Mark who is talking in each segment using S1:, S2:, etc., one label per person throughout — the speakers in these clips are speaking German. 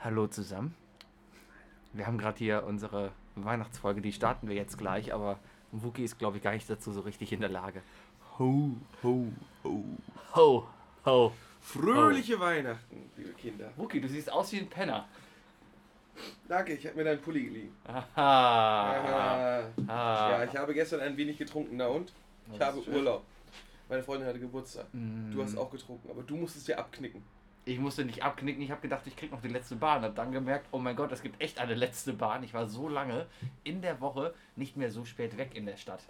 S1: Hallo zusammen. Wir haben gerade hier unsere Weihnachtsfolge, die starten wir jetzt gleich, aber Wookie ist, glaube ich, gar nicht dazu so richtig in der Lage.
S2: Ho, ho, ho.
S1: Ho, ho. Oh.
S2: Fröhliche Weihnachten, liebe Kinder.
S1: Wookie, du siehst aus wie ein Penner.
S2: Danke, ich habe mir deinen Pulli geliehen.
S1: Aha.
S2: Ah. Ja, ich habe gestern ein wenig getrunken, na und? Ich
S1: Das
S2: habe
S1: ist schön.
S2: Urlaub. Meine Freundin hatte Geburtstag.
S1: Mm.
S2: Du hast auch getrunken, aber du musstest dir abknicken.
S1: Ich musste nicht abknicken, ich habe gedacht, ich krieg noch die letzte Bahn. Hab dann gemerkt, oh mein Gott, es gibt echt eine letzte Bahn. Ich war so lange in der Woche nicht mehr so spät weg in der Stadt.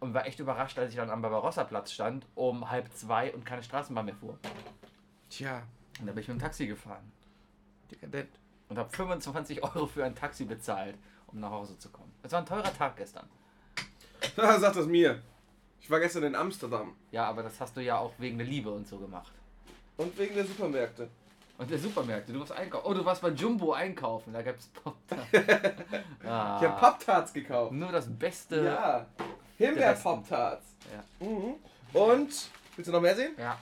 S1: Und war echt überrascht, als ich dann am Barbarossa-Platz stand, um halb zwei und keine Straßenbahn mehr fuhr.
S2: Tja,
S1: Und da bin ich mit dem Taxi gefahren
S2: dekadent.
S1: und habe 25 Euro für ein Taxi bezahlt, um nach Hause zu kommen. Es war ein teurer Tag gestern.
S2: Ha, Sag das mir. Ich war gestern in Amsterdam.
S1: Ja, aber das hast du ja auch wegen der Liebe und so gemacht.
S2: Und wegen der Supermärkte.
S1: Und der Supermärkte, du warst einkaufen. Oh, du warst bei Jumbo einkaufen, da gab's Pop. ah,
S2: Ich habe Pop-Tarts gekauft.
S1: Nur das Beste.
S2: Ja, Himbeer-Pop-Tarts. Mhm. Und, willst du noch mehr sehen?
S1: Ja.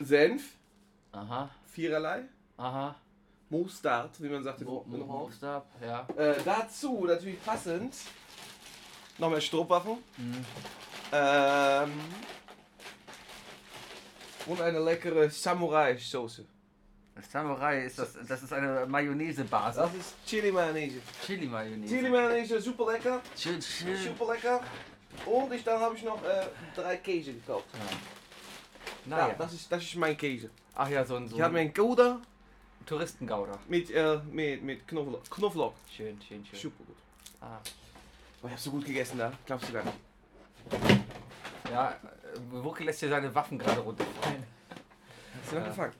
S2: Senf,
S1: Aha,
S2: viererlei.
S1: aha.
S2: Mostard, wie man sagt im
S1: Mo-
S2: im
S1: Mo-
S2: Haus.
S1: Mostab, ja.
S2: Äh, dazu natürlich passend noch mehr Strohwaffen
S1: Mhm.
S2: ähm, und eine leckere Samurai-Soße.
S1: Samurai ist das, das ist eine Mayonnaise-Basis.
S2: Das ist Chili Mayonnaise.
S1: Chili-Mayonnaise.
S2: Chili Mayonnaise, super lecker,
S1: Chili, Chili.
S2: super lecker. Und ich, dann habe ich noch äh, drei Käse gekauft. Ja,
S1: Naja.
S2: das, ist, das ist mein Käse.
S1: Ach ja, so ein, so
S2: Ich habe mir
S1: ein
S2: einen Gouda
S1: Touristengouda.
S2: mit, äh, mit, mit Knoflauk. Knoflauk.
S1: Schön, schön, schön.
S2: Super gut.
S1: Ah.
S2: Oh, ich habe so gut gegessen da, glaubst du gar nicht.
S1: Ja, äh, Wookie lässt hier seine Waffen gerade runterfallen.
S2: Hast du noch
S1: Ja.
S2: gefangen?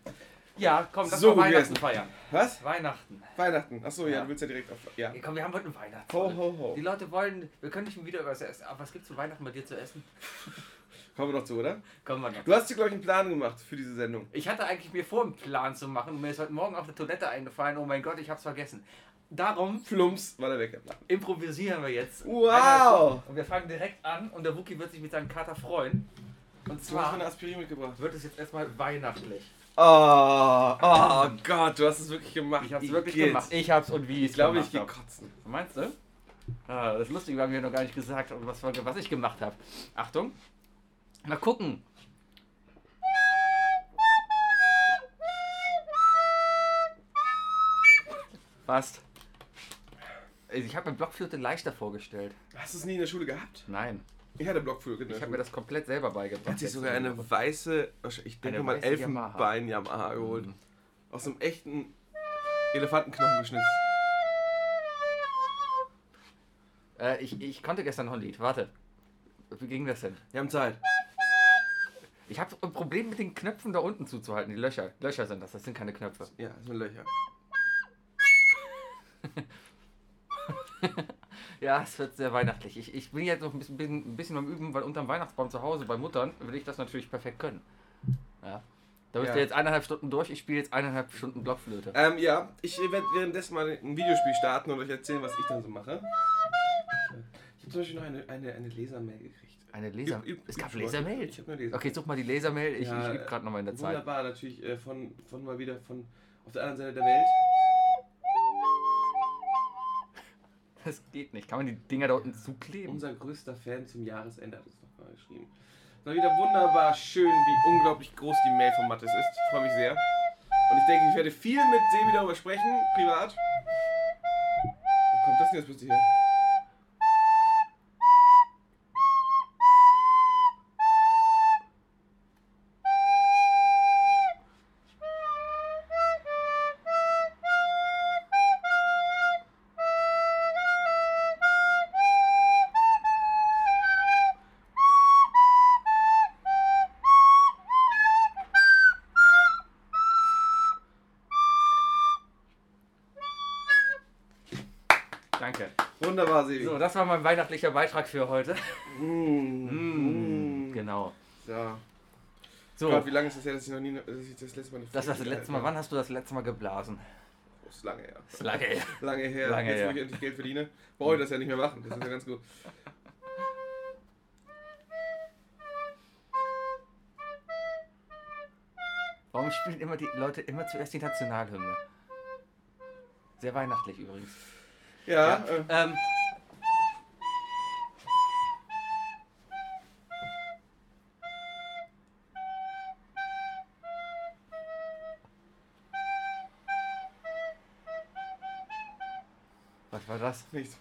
S1: Ja, komm, lass
S2: So
S1: mal Weihnachten
S2: gegessen.
S1: feiern.
S2: Was?
S1: Weihnachten.
S2: Weihnachten. Achso, ja,
S1: Ja.
S2: du willst ja direkt auf. Ja.
S1: Ja, komm, wir haben heute einen Weihnachten.
S2: Ho, ho, ho.
S1: Die Leute wollen, wir können nicht wieder über das Essen. Aber was gibt's zu Weihnachten bei dir zu essen?
S2: Kommen wir noch zu, oder?
S1: Kommen wir noch.
S2: Du hast dir, glaube ich, einen Plan gemacht für diese Sendung.
S1: Ich hatte eigentlich mir vor, einen Plan zu machen. Mir ist heute Morgen auf der Toilette eingefallen. Oh mein Gott, ich hab's vergessen. Darum
S2: Flums war der weg, der Plan.
S1: improvisieren wir jetzt.
S2: Wow!
S1: Und wir fangen direkt an und der Wookie wird sich mit seinem Kater freuen. Und
S2: Du hast mir eine
S1: zwar
S2: Aspirin mitgebracht.
S1: wird es jetzt erstmal weihnachtlich.
S2: Oh, oh Gott, du hast es wirklich gemacht.
S1: Ich hab's
S2: Igitt.
S1: wirklich gemacht. Ich hab's und wie
S2: Ich glaube, ich
S1: gemacht
S2: gehe
S1: hab.
S2: kotzen.
S1: Meinst du? Ah, das ist lustig, weil wir noch gar nicht gesagt haben, was, wir- was ich gemacht habe. Achtung. Mal gucken. Passt. Also Ich habe mir Blockflöte leichter vorgestellt.
S2: Hast du es nie in der Schule gehabt?
S1: Nein,
S2: Ich hatte Blockflöte. in der
S1: ich habe mir
S2: Schule.
S1: das komplett selber beigebracht.
S2: Hat sich sogar eine weiße, ich denke
S1: Eine
S2: mal
S1: weiße Mhm.
S2: Elfenbein Yamaha geholt. Aus einem echten Elefantenknochen geschnitzt.
S1: Äh, ich, ich konnte gestern noch ein Lied. Warte. Wie ging das denn?
S2: Wir haben Zeit.
S1: Ich habe ein Problem mit den Knöpfen da unten zuzuhalten. Die Löcher. Löcher sind das. Das sind keine Knöpfe.
S2: Ja, das sind Löcher.
S1: Ja, es wird sehr weihnachtlich. Ich, ich bin jetzt noch ein bisschen, bin, ein bisschen beim Üben, weil unterm Weihnachtsbaum zu Hause bei Muttern will ich das natürlich perfekt können. Ja. Da bist
S2: Ja.
S1: du jetzt eineinhalb Stunden durch. Ich spiele jetzt eineinhalb Stunden Blockflöte.
S2: Ähm, ja, ich werde währenddessen mal ein Videospiel starten und euch erzählen, was ich dann so mache. Ich habe zum Beispiel noch eine, eine, eine Lesermail gekriegt.
S1: Eine Laser.
S2: Üb- üb-
S1: es gab
S2: üb-
S1: Lasermail.
S2: Ich habe nur Laser.
S1: Okay, such mal die Lasermail. Ich,
S2: Ja,
S1: ich übe gerade nochmal in der Zeit.
S2: Wunderbar, natürlich äh, von, von mal wieder von auf der anderen Seite der Welt.
S1: Das geht nicht. Kann man die Dinger da unten zukleben?
S2: Unser größter Fan zum Jahresende hat uns nochmal geschrieben. Mal wieder wunderbar schön, wie unglaublich groß die Mail von Mattes ist. Ich freue mich sehr. Und ich denke, ich werde viel mit Sebi darüber sprechen, privat. Wo kommt das denn jetzt plötzlich her?
S1: Danke.
S2: Wunderbar, Sebi.
S1: So, Mm. das war mein weihnachtlicher Beitrag für heute.
S2: Mm.
S1: Genau.
S2: So.
S1: So,
S2: Gott, wie lange ist das her, dass ich noch nie, dass ich das letzte Mal eine
S1: das war das
S2: Folge
S1: letzte Mal.
S2: hatte?
S1: Wann hast du das letzte Mal geblasen?
S2: Oh, ist lange her.
S1: Das ist lange her.
S2: Lange her.
S1: Lange
S2: Jetzt,
S1: her.
S2: wo ich endlich Geld verdiene, brauche ich das ja nicht mehr machen. Das ist ja ganz gut.
S1: Warum spielen immer die Leute immer zuerst die Nationalhymne? Sehr weihnachtlich übrigens.
S2: Ja,
S1: Ja.
S2: äh,
S1: Ähm, was war das?
S2: nichts.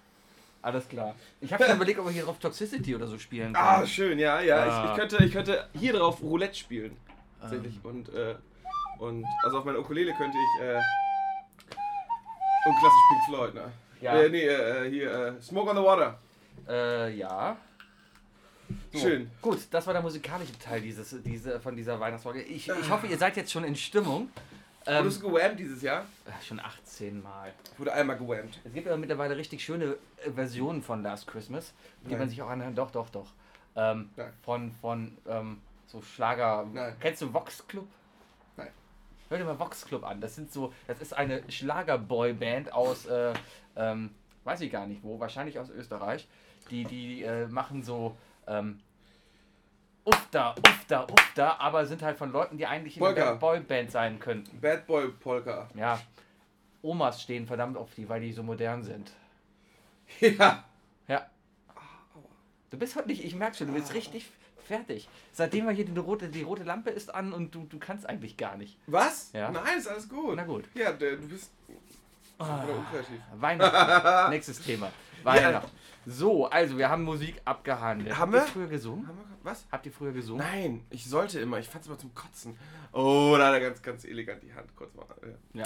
S1: Alles klar. Ich habe schon überlegt, ob wir hier drauf Toxicity oder so spielen
S2: Ah,
S1: kann.
S2: schön, ja, ja. Ich,
S1: Ah.
S2: ich, könnte, ich könnte hier drauf Roulette spielen. Tatsächlich.
S1: Ähm.
S2: Und, äh, und, also auf meiner Ukulele könnte ich, äh, und klassisch Pink Floyd, ne?
S1: Ja.
S2: Äh, nee, äh, äh, hier, äh, Smoke on the Water.
S1: Äh, ja. So, Ähm.
S2: Schön.
S1: Gut, das war der musikalische Teil dieses, diese, von dieser Weihnachtsfolge. Ich, ich hoffe, ihr seid jetzt schon in Stimmung. Ähm,
S2: Wurdest du gewammt dieses Jahr?
S1: äh, schon 18 Mal.
S2: Ich wurde einmal gewammt.
S1: Es gibt aber mittlerweile richtig schöne äh, Versionen von Last Christmas, die
S2: Nein.
S1: man sich auch anhören. Doch, doch, doch. Ähm,
S2: Nein.
S1: von von ähm, so Schlager.
S2: Nein.
S1: Kennst du Vox Club?
S2: Nein.
S1: Hör dir mal Vox Club an. Das sind so, das ist eine Schlagerboy-Band aus, äh, ähm, weiß ich gar nicht wo, wahrscheinlich aus Österreich. Die, die äh, machen so ähm, Ufta, Ufta, Ufta, aber sind halt von Leuten, die eigentlich in
S2: Polka.
S1: der Boyband sein könnten.
S2: Bad Boy Polka.
S1: Ja. Omas stehen verdammt auf die, weil die so modern sind.
S2: Ja.
S1: Ja. Du bist heute nicht, ich merke schon, du
S2: Ah.
S1: bist richtig fertig. Seitdem wir hier die rote, die rote Lampe ist an und du, du kannst eigentlich gar nicht.
S2: Was?
S1: Ja.
S2: Nein, ist alles gut.
S1: Na gut. Ah.
S2: Ja, du du bist. Oder unkreativ.
S1: Weihnachten. Nächstes Thema. Weihnachten. So, also wir haben Musik abgehandelt. Habt
S2: Haben wir?
S1: ihr früher gesungen?
S2: Haben wir- Was?
S1: Habt ihr früher gesungen?
S2: Nein, ich sollte immer. Ich fand's immer zum Kotzen. Oh, da hat er ganz, ganz elegant die Hand kurz mal. äh,
S1: Ja.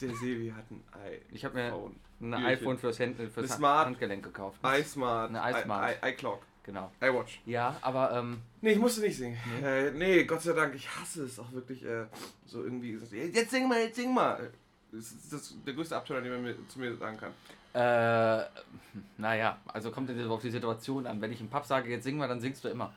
S2: Der Sevi hat ein Ei.
S1: Ich habe mir
S2: Phone.
S1: ein
S2: Bierchen.
S1: iPhone fürs, Hand, fürs
S2: Eine Smart-
S1: Handgelenk gekauft.
S2: iSmart.
S1: Eine iSmart.
S2: i- i- iClock.
S1: Genau.
S2: iWatch.
S1: Ja, aber ähm,
S2: Nee, ich musste nicht singen. Nee, äh, nee Gott sei Dank. Ich hasse es auch wirklich. Äh, so irgendwie. gesagt, Jetzt sing mal, jetzt sing mal. Äh, Das ist das, der größte Abtörner, den man mir, zu mir sagen kann.
S1: äh, naja, also kommt jetzt auf die Situation an. Wenn ich im Pub sage, jetzt singen wir, dann singst du immer.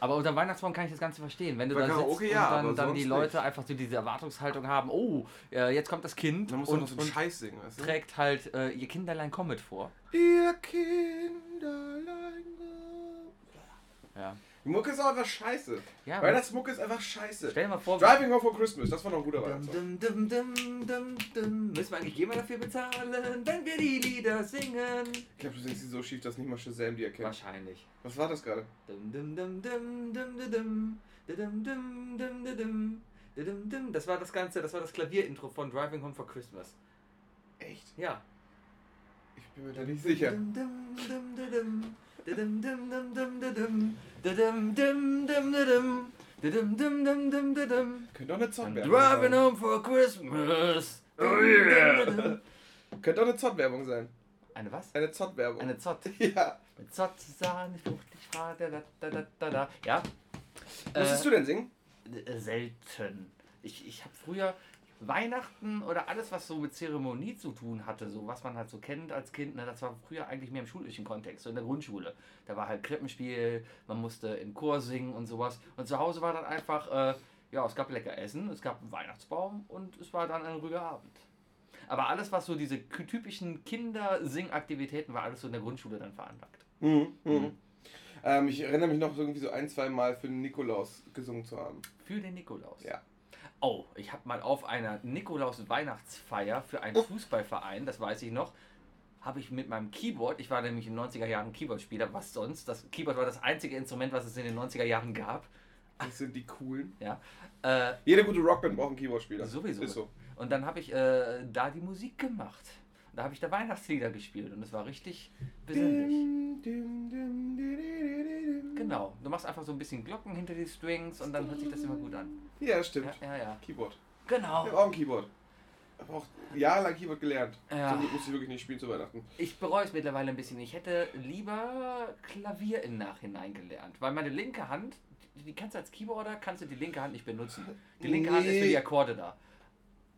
S1: Aber unter dem Weihnachtsbaum kann ich das Ganze verstehen. Wenn du
S2: Bei
S1: da sitzt
S2: Karaoke
S1: und
S2: ja, aber
S1: dann, dann die
S2: sonst
S1: Leute
S2: nicht.
S1: einfach so diese Erwartungshaltung haben, oh, äh, jetzt kommt das Kind
S2: Dann
S1: und,
S2: musst du noch so einen
S1: und
S2: Scheiß singen. Weißt du?
S1: trägt halt äh, ihr Kinderlein Comet vor.
S2: Ihr Kinderlein.
S1: Ja.
S2: Die Mucke ist auch einfach scheiße.
S1: Ja,
S2: Weihnachtsmucke ist einfach scheiße.
S1: Stell dir mal vor,
S2: Driving Home for Christmas, das war noch ein guter
S1: Dum,
S2: Weihnachtssong.
S1: dum, dum, dum, dum, dum. Müssen wir eigentlich jemand dafür bezahlen, wenn wir die Lieder singen?
S2: Ich glaube, du singst sie so schief, dass nicht mal Shazam die erkennt.
S1: Wahrscheinlich.
S2: Was war das gerade?
S1: Dum, dum, dum, dum, dum, dum, dum. Dum, dum, dum, dum, dum. Dum, dum. Das war das Ganze, das war das Klavierintro von Driving Home for Christmas.
S2: Echt?
S1: Ja.
S2: Ich bin mir da nicht sicher.
S1: Dum, dum, dum, dum, dum. Dum, dum, dum, dum, dum, dum. Dum, dum, dum, dum, dum. Dum, dum, dum, dum, dum, dum.
S2: Könnte auch eine Zottwerbung
S1: Driving
S2: sein.
S1: home for Christmas.
S2: Oh yeah. Könnte auch eine Zottwerbung sein.
S1: Eine was?
S2: Eine Zottwerbung.
S1: Eine Zott.
S2: ja.
S1: Mit Zott, Sahne, fruchtig, Fahr, da, da, da, da, da, da. Ja.
S2: Musstest du denn singen?
S1: äh, selten. Ich, ich habe früher Weihnachten oder alles, was so mit Zeremonie zu tun hatte, so was man halt so kennt als Kind, ne, das war früher eigentlich mehr im schulischen Kontext, so in der Grundschule. Da war halt Krippenspiel, man musste im Chor singen und sowas. Und zu Hause war dann einfach, äh, ja, es gab lecker Essen, es gab einen Weihnachtsbaum und es war dann ein ruhiger Abend. Aber alles, was so diese kü- typischen Kindersingaktivitäten war, alles so in der Grundschule dann veranlagt.
S2: Mhm. Mhm. Ähm, ich erinnere mich noch irgendwie so ein, zwei Mal für den Nikolaus gesungen zu haben.
S1: Für den Nikolaus.
S2: Ja.
S1: Oh, ich habe mal auf einer Nikolaus-Weihnachtsfeier für
S2: Oh.
S1: einen Fußballverein, das weiß ich noch, habe ich mit meinem Keyboard, ich war nämlich in den 90er Jahren Keyboardspieler, was sonst, das Keyboard war das einzige Instrument, was es in den 90er Jahren gab,
S2: Das sind die coolen.
S1: ja, äh,
S2: Jede gute Rockband braucht einen Keyboardspieler.
S1: sowieso.
S2: Ist so.
S1: Und dann habe ich äh, da die Musik gemacht. Und da habe ich da Weihnachtslieder gespielt und es war richtig besinnlich.
S2: Dim, dim, dim, di, di, di, di, dim.
S1: Genau, du machst einfach so ein bisschen Glocken hinter die Strings und dann hört sich das immer gut an.
S2: Ja, stimmt.
S1: Ja, ja, ja.
S2: Keyboard. Ich habe
S1: Genau.
S2: auch ein Keyboard. Ich habe auch jahrelang Keyboard gelernt.
S1: Ja.
S2: So gut muss ich wirklich nicht spielen zu Weihnachten.
S1: Ich bereue es mittlerweile ein bisschen. Ich hätte lieber Klavier im Nachhinein gelernt, weil meine linke Hand, die kannst du als Keyboarder, kannst du die linke Hand nicht benutzen. Die linke Hand ist für die
S2: Nee.
S1: Akkorde da.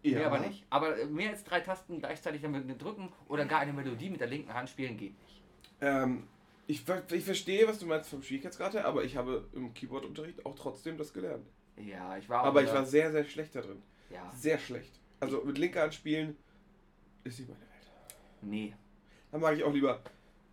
S1: Ja. Mehr
S2: Ja.
S1: aber nicht. Aber mehr als drei Tasten gleichzeitig damit drücken oder gar eine Melodie mit der linken Hand spielen geht nicht.
S2: Ähm, ich, ver- ich verstehe, was du meinst vom Schwierigkeitsgrad her, aber ich habe im Keyboardunterricht auch trotzdem das gelernt.
S1: Ja, Ah. ich war auch
S2: Aber ich
S1: wieder-
S2: war sehr, sehr schlecht da drin.
S1: Ja,
S2: Sehr schlecht. Also mit linker Hand spielen ist nicht meine Welt.
S1: nee.
S2: Dann mag ich auch lieber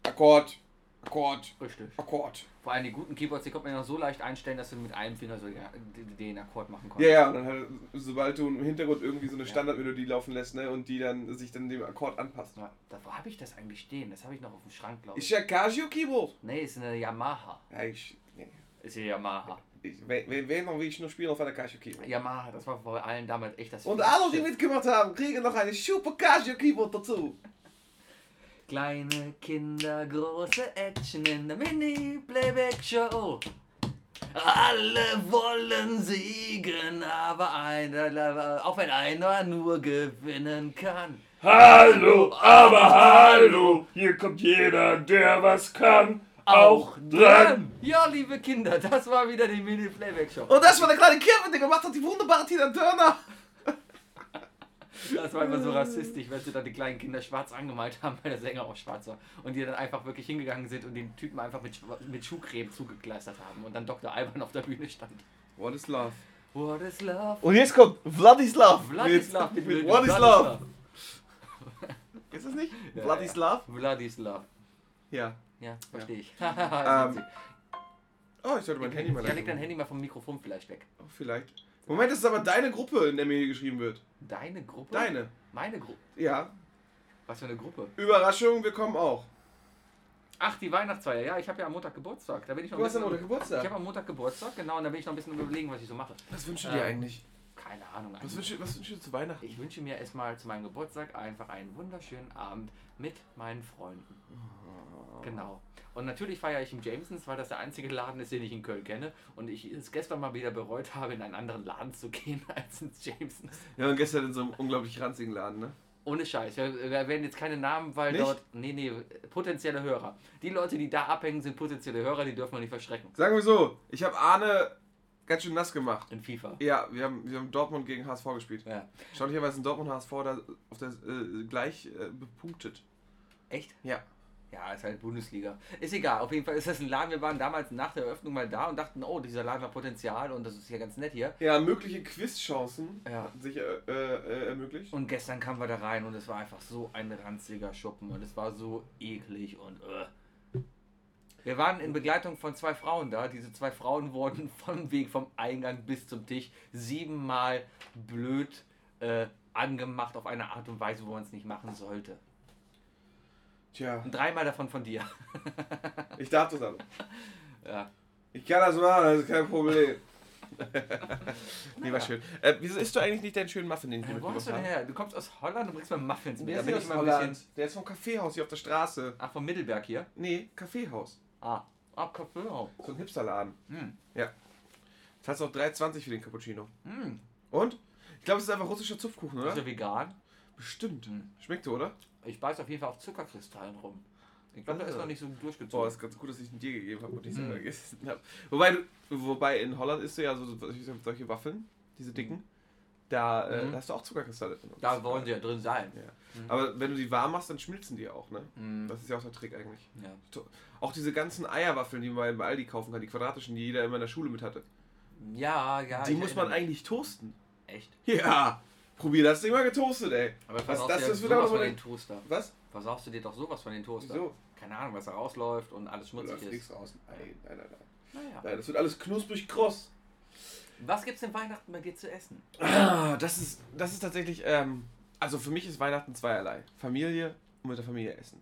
S2: Akkord, Akkord,
S1: Richtig.
S2: Akkord.
S1: Vor allem die guten Keyboards, die konnte man ja noch so leicht einstellen, dass du mit einem Finger so ja, den den Akkord machen
S2: Ja,
S1: konntest.
S2: ja, und dann halt, sobald du im Hintergrund irgendwie so eine
S1: Ja.
S2: Standardmelodie laufen lässt, ne, und die dann sich dann dem Akkord anpasst.
S1: Ja. Da, wo habe ich das eigentlich stehen? Das habe ich noch auf dem Schrank, glaube
S2: Ist
S1: ich.
S2: ja Casio Keyboard.
S1: Nee, ist eine Yamaha.
S2: Ja, ich, nee.
S1: Ist eine Yamaha.
S2: ich, wer, wer, wer noch will ich nur spielen auf einer Casio Keyboard?
S1: Yamaha, das war vor allem damals echt das.
S2: Und alle, die mitgemacht haben, kriegen noch eine super Casio Keyboard dazu.
S1: Kleine Kinder, große Action in der Mini-Playback-Show. Alle wollen siegen, aber einer, auch wenn einer nur gewinnen kann.
S3: Hallo, aber hallo, hier kommt jeder, der was kann, auch dran.
S1: Ja, liebe Kinder, das war wieder die Mini-Playback-Show.
S2: Und das war der kleine Kevin, der gemacht hat, die wunderbare Tina Turner.
S1: Das war immer so rassistisch, weil sie dann die kleinen Kinder schwarz angemalt haben, weil der Sänger auch schwarz war. Und die dann einfach wirklich hingegangen sind und den Typen einfach mit, Schwa- mit Schuhcreme zugekleistert haben. Und dann Dr. Alban auf der Bühne stand.
S2: What is love?
S1: What is love?
S2: Und jetzt kommt Vladislav.
S1: Vladislav
S2: mit,
S1: mit,
S2: mit
S1: Wilke.
S2: What is love? Ist das nicht?
S1: Ja,
S2: Vladislav?
S1: Vladislav.
S2: Ja.
S1: Ja, verstehe ich.
S2: Ähm,
S1: Ist witzig.
S2: Oh, ich sollte mein Handy mal
S1: ja, leg dein
S2: legen.
S1: Handy mal vom Mikrofon vielleicht weg.
S2: Oh, vielleicht. Moment, das ist aber deine Gruppe, in der mir hier geschrieben wird.
S1: Deine Gruppe?
S2: Deine.
S1: Meine Gruppe.
S2: Ja.
S1: Was für eine Gruppe?
S2: Überraschung, wir kommen auch.
S1: Ach, die Weihnachtsfeier. Ja, ich habe ja am Montag Geburtstag. Da bin ich noch
S2: Du
S1: ein
S2: hast am
S1: bisschen- um-
S2: Montag Geburtstag.
S1: Ich habe am Montag Geburtstag, genau, und da bin ich noch ein bisschen überlegen, was ich so mache.
S2: Was wünschst
S1: Ähm,
S2: eigentlich?
S1: Keine Ahnung.
S2: Was
S1: eigentlich.
S2: wünschst, du, was wünschst du zu Weihnachten?
S1: ich wünsche mir erstmal zu meinem Geburtstag einfach einen wunderschönen Abend mit meinen Freunden. Genau. Und natürlich feiere ich im Jamesons, weil das der einzige Laden ist, den ich in Köln kenne. Und ich es gestern mal wieder bereut habe, in einen anderen Laden zu gehen als ins Jamesons.
S2: Ja, und gestern in so einem unglaublich ranzigen Laden, ne?
S1: Ohne Scheiß. Wir, wir werden jetzt keine Namen, weil
S2: Nicht?
S1: dort. Nee, nee, potenzielle Hörer. Die Leute, die da abhängen, sind potenzielle Hörer, die dürfen wir nicht verschrecken.
S2: Sagen wir so, ich habe Arne ganz schön nass gemacht.
S1: In FIFA.
S2: Ja, wir haben, wir haben Dortmund gegen HSV gespielt.
S1: Ja.
S2: Erstaunlicherweise ist Dortmund HSV da auf der, äh, gleich äh, bepunktet.
S1: Echt?
S2: Ja.
S1: Ja, ist halt Bundesliga. Ist egal, auf jeden Fall ist das ein Laden. Wir waren damals nach der Eröffnung mal da und dachten, oh, dieser Laden hat Potenzial und das ist ja ganz nett hier.
S2: Ja, mögliche Quizchancen
S1: Ja.
S2: hatten sich äh, äh, ermöglicht.
S1: Und gestern kamen wir da rein und es war einfach so ein ranziger Schuppen und es war so eklig und äh. Wir waren in Begleitung von zwei Frauen da. Diese zwei Frauen wurden vom Weg vom Eingang bis zum Tisch siebenmal blöd äh, angemacht auf eine Art und Weise, wo man es nicht machen sollte.
S2: Tja,
S1: Und dreimal davon von dir.
S2: ich darf das aber.
S1: Ja.
S2: Ich kann das machen, das ist kein Problem. nee, war schön. Äh, wieso isst du eigentlich nicht deinen schönen Muffin, den ich dir
S1: Äh, Wo hast
S2: mitgebracht
S1: du denn
S2: habe?
S1: her? Du kommst aus Holland und bringst mir Muffins mit.
S2: Der
S1: Da
S2: ist
S1: bin
S2: aus
S1: ich immer ein
S2: Holland.
S1: bisschen.
S2: Der ist vom Kaffeehaus hier auf der Straße.
S1: Ach, vom Mittelberg hier.
S2: Nee, Kaffeehaus.
S1: Ah, ab Kaffee.
S2: So ein Hipsterladen.
S1: Hm.
S2: Ja. Zahlst auch 3,20 für den Cappuccino.
S1: Hm.
S2: Und? Ich glaube, es ist einfach russischer Zupfkuchen,
S1: Ist
S2: oder?
S1: er vegan?
S2: Bestimmt.
S1: Hm.
S2: Schmeckt so, oder?
S1: Ich beiß auf jeden Fall auf Zuckerkristallen rum. Ich glaube, da ist
S2: Ah.
S1: noch nicht so
S2: Boah,
S1: durchgezogen.
S2: ist ganz gut, dass ich ihn dir gegeben habe und nicht
S1: Hm.
S2: selber gegessen habe. Wobei, du- wobei in Holland isst du ja so, so solche Waffeln, diese dicken. Da äh,
S1: Hm. Mhm.
S2: hast du auch Zuckerkristalle drin. Und
S1: Da
S2: das-
S1: wollen sie ja drin sein.
S2: Ja. Aber wenn du die warm machst, dann schmilzen die auch, ne?
S1: Mhm.
S2: Das ist ja auch der Trick eigentlich.
S1: Ja.
S2: Auch diese ganzen Eierwaffeln, die man bei Aldi kaufen kann, die quadratischen, die jeder immer in der Schule mit hatte.
S1: Ja, ja.
S2: die
S1: Ah, ich
S2: muss man
S1: erinnere
S2: eigentlich toasten.
S1: mich. Echt?
S2: Ja! Probier das Ding mal getoastet, ey.
S1: Aber
S2: Was
S1: versaust
S2: das
S1: dir
S2: ist, wird auch
S1: sowas
S2: noch
S1: von
S2: mal-
S1: den Toaster.
S2: Was?
S1: Versaust du dir doch sowas von den Toaster.
S2: Wieso?
S1: Keine Ahnung, was da rausläuft und alles
S2: Du
S1: schmutzig
S2: läufst
S1: ist.
S2: nichts raus. Nein, nein, nein, nein.
S1: Naja.
S2: Nein, das wird alles knusprig kross.
S1: Was gibt's denn Weihnachten bei dir zu essen?
S2: Ah, das ist, das ist tatsächlich, ähm, also für mich ist Weihnachten zweierlei. Familie und mit der Familie essen.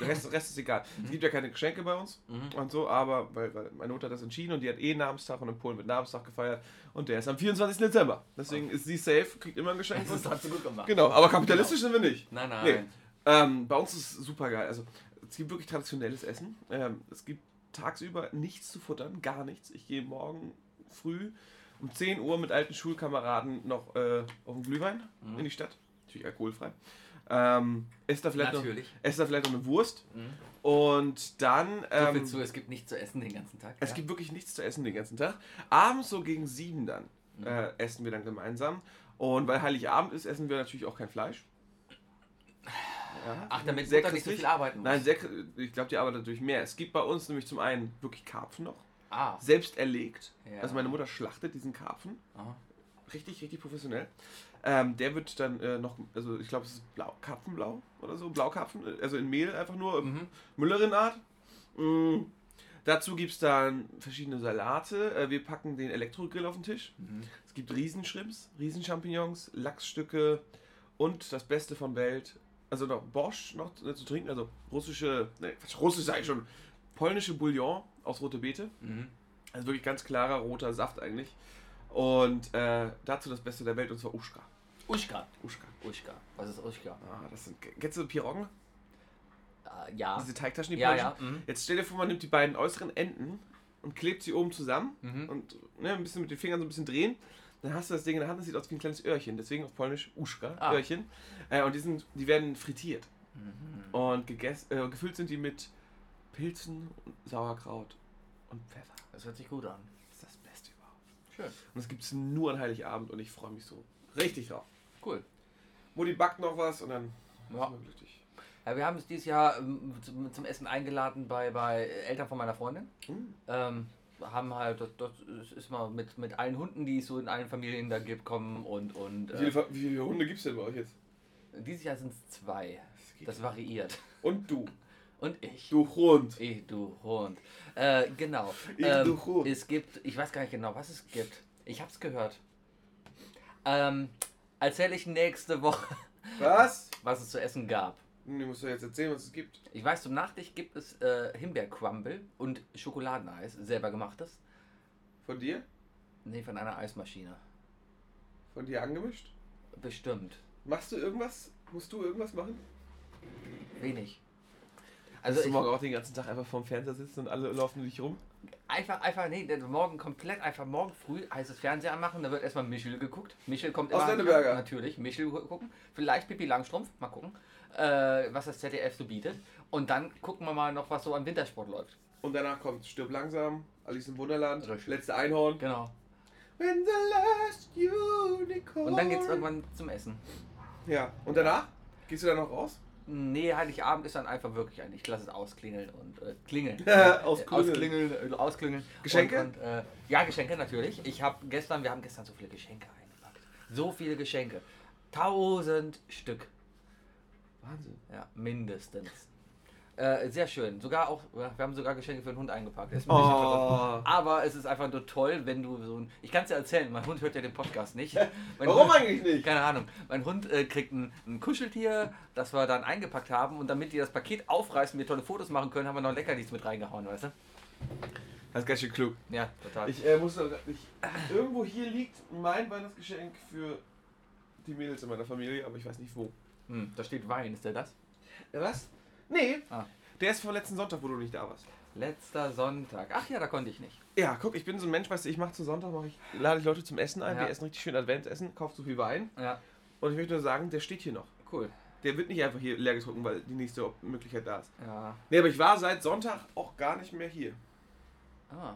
S2: Der Rest, Rest ist egal. Es gibt ja keine Geschenke bei uns
S1: Mhm.
S2: und so, aber weil, weil meine Mutter hat das entschieden und die hat eh Namenstag und in Polen wird Namenstag gefeiert und der ist am 24. Dezember. Deswegen ist sie safe, kriegt immer ein Geschenk. Und,
S1: hat sie gut gemacht.
S2: genau, aber kapitalistisch sind wir nicht.
S1: Nein,
S2: Nee.
S1: nein.
S2: Ähm, bei uns ist es super geil. Also, es gibt wirklich traditionelles Essen. Ähm, es gibt tagsüber nichts zu futtern, gar nichts. Ich gehe morgen früh um 10 Uhr mit alten Schulkameraden noch äh, auf den Glühwein
S1: Mhm.
S2: in die Stadt. Natürlich alkoholfrei. Ähm, esse, da vielleicht noch,
S1: Natürlich.
S2: esse da vielleicht noch eine Wurst.
S1: Mhm.
S2: Und dann.
S1: So viel
S2: Ähm,
S1: zu, es gibt nichts zu essen den ganzen Tag.
S2: es
S1: ja?
S2: gibt wirklich nichts zu essen den ganzen Tag. Abends so gegen sieben dann
S1: Mhm.
S2: äh, essen wir dann gemeinsam. Und weil Heiligabend ist, essen wir natürlich auch kein Fleisch. Ja,
S1: Ach, damit
S2: sehr
S1: Mutter nicht so
S2: christlich.
S1: viel arbeiten muss.
S2: Nein, sehr, ich glaube, die arbeitet natürlich mehr. Es gibt bei uns nämlich zum einen wirklich Karpfen noch,
S1: Ah.
S2: selbst erlegt.
S1: Ja.
S2: Also meine Mutter schlachtet diesen Karpfen,
S1: Aha.
S2: richtig, richtig professionell. Ähm, der wird dann äh, noch, also ich glaube, äh, es ist Blau, Karpfenblau oder so, Blaukarpfen, also in Mehl einfach nur,
S1: Mhm.
S2: Müllerin-Art. Mm. Dazu gibt es dann verschiedene Salate. Äh, Wir packen den Elektrogrill auf den Tisch. Es gibt Riesenschrimps, Riesenchampignons, Lachsstücke und das Beste von Welt, also noch Borsch noch zu zu trinken, also russische, ne, Quatsch, russisch sage ich schon, polnische Bouillon aus rote Beete.
S1: Mhm.
S2: Also wirklich ganz klarer roter Saft eigentlich. Und äh, dazu das Beste der Welt und zwar Uschka.
S1: Uschka.
S2: Uschka.
S1: Uschka. Was ist Uschka?
S2: Ah, das sind. Kennst du Piroggen?
S1: Äh, ja.
S2: Diese Teigtaschen, die
S1: Ja,
S2: polnischen?
S1: ja. Mhm.
S2: Jetzt stell dir vor, man nimmt die beiden äußeren Enden und klebt sie oben zusammen
S1: Mhm.
S2: und ne, ein bisschen mit den Fingern so ein bisschen drehen. Dann hast du das Ding in der Hand, das sieht aus wie ein kleines Öhrchen, deswegen auf Polnisch Uschka,
S1: Ah.
S2: Öhrchen. Äh, und die, sind, die werden frittiert.
S1: Mhm.
S2: Und gegessen, äh, gefüllt sind die mit Pilzen und Sauerkraut und Pfeffer.
S1: Das hört sich gut an.
S2: Das ist das Beste überhaupt.
S1: Schön.
S2: Und das gibt es nur an Heiligabend und ich freue mich so richtig drauf.
S1: Cool.
S2: Mutti backt noch was und dann
S1: Ja.
S2: sind wir glücklich.
S1: Ja, wir haben uns dieses Jahr ähm, zum, zum Essen eingeladen bei, bei Eltern von meiner Freundin.
S2: Hm.
S1: Ähm, haben halt, das, das ist mal mit, mit allen Hunden, die es so in allen Familien da gibt, kommen und. und
S2: Wie, viele,
S1: äh,
S2: Fa- wie viele Hunde gibt es denn bei euch jetzt?
S1: dieses Jahr sind es zwei. Das variiert.
S2: und du,
S1: Und ich.
S2: du Hund.
S1: Ich, du Hund. Äh, genau.
S2: Ich, du Hund.
S1: Es gibt, ich weiß gar nicht genau, was es gibt. Ich hab's gehört. Ähm, erzähle ich nächste Woche,
S2: Was?
S1: was es zu essen gab.
S2: Nee, musst du jetzt erzählen, was es gibt.
S1: Ich weiß, zum Nachtisch gibt es äh, Himbeercrumble und Schokoladeneis, selber gemachtes.
S2: Von dir?
S1: Nee, von einer Eismaschine.
S2: Von dir angemischt?
S1: Bestimmt.
S2: Machst du irgendwas? Musst du irgendwas machen?
S1: Wenig.
S2: Also
S1: Also
S2: du
S1: ich,
S2: morgen auch den ganzen Tag einfach vorm Fernseher sitzen und alle laufen um dich rum?
S1: einfach, einfach, nee, denn morgen komplett, einfach morgen früh heißes Fernseher anmachen, da wird erstmal Michel geguckt. Michel kommt
S2: Aus
S1: immer.
S2: Lönneberger.
S1: Natürlich, Michel gu- gucken. Vielleicht Pippi Langstrumpf, mal gucken, äh, was das ZDF so bietet. Und dann gucken wir mal noch, was so am Wintersport läuft.
S2: Und danach kommt Stirb langsam, Alice im Wunderland,
S1: Richtig.
S2: Letzte Einhorn.
S1: Genau.
S2: When the last unicorn.
S1: Und dann geht's irgendwann zum Essen.
S2: Ja. Und danach? Gehst du dann noch raus?
S1: Nee, Heiligabend ist dann einfach wirklich ein. Ich lasse es ausklingeln und äh, klingeln.
S2: Ausklingeln.
S1: ausklingeln. äh, ausklingeln.
S2: Geschenke?
S1: Und, und, äh, ja, Geschenke natürlich. Ich habe gestern, wir haben gestern so viele Geschenke eingepackt. So viele Geschenke. Tausend Stück.
S2: Wahnsinn.
S1: Ja, mindestens. Äh, sehr schön. Sogar auch, ja, wir haben sogar Geschenke für den Hund eingepackt. Der ist ein bisschen verrückt.
S2: Oh.
S1: Aber es ist einfach nur toll, wenn du so ein. Ich kann es dir erzählen, mein Hund hört ja den Podcast nicht. Mein
S2: Warum
S1: Hund,
S2: eigentlich nicht?
S1: keine Ahnung. Mein Hund äh, kriegt ein, ein Kuscheltier, das wir dann eingepackt haben. Und damit die das Paket aufreißen, wir tolle Fotos machen können, haben wir noch Leckerlis mit reingehauen, weißt du?
S2: Das ist ganz schön klug.
S1: Ja, total.
S2: Ich äh, muss noch, ich, Irgendwo hier liegt mein Weihnachtsgeschenk für die Mädels in meiner Familie, aber ich weiß nicht wo.
S1: hm, da steht Wein, ist der das?
S2: Was? Nee.
S1: Ah.
S2: Der ist vom letzten Sonntag, wo du nicht da warst.
S1: Letzter Sonntag. Ach ja, da konnte ich nicht.
S2: Ja, guck, ich bin so ein Mensch, weißt du, ich mache zu Sonntag, mach ich, lade ich Leute zum Essen ein,
S1: Ja.
S2: wir essen richtig schön Adventsessen, kauft so viel Wein.
S1: Ja,
S2: Und ich möchte nur sagen, der steht hier noch.
S1: cool.
S2: Der wird nicht einfach hier leer getrunken, weil die nächste Möglichkeit da ist.
S1: Ja.
S2: Nee, aber ich war seit Sonntag auch gar nicht mehr hier.
S1: Ah.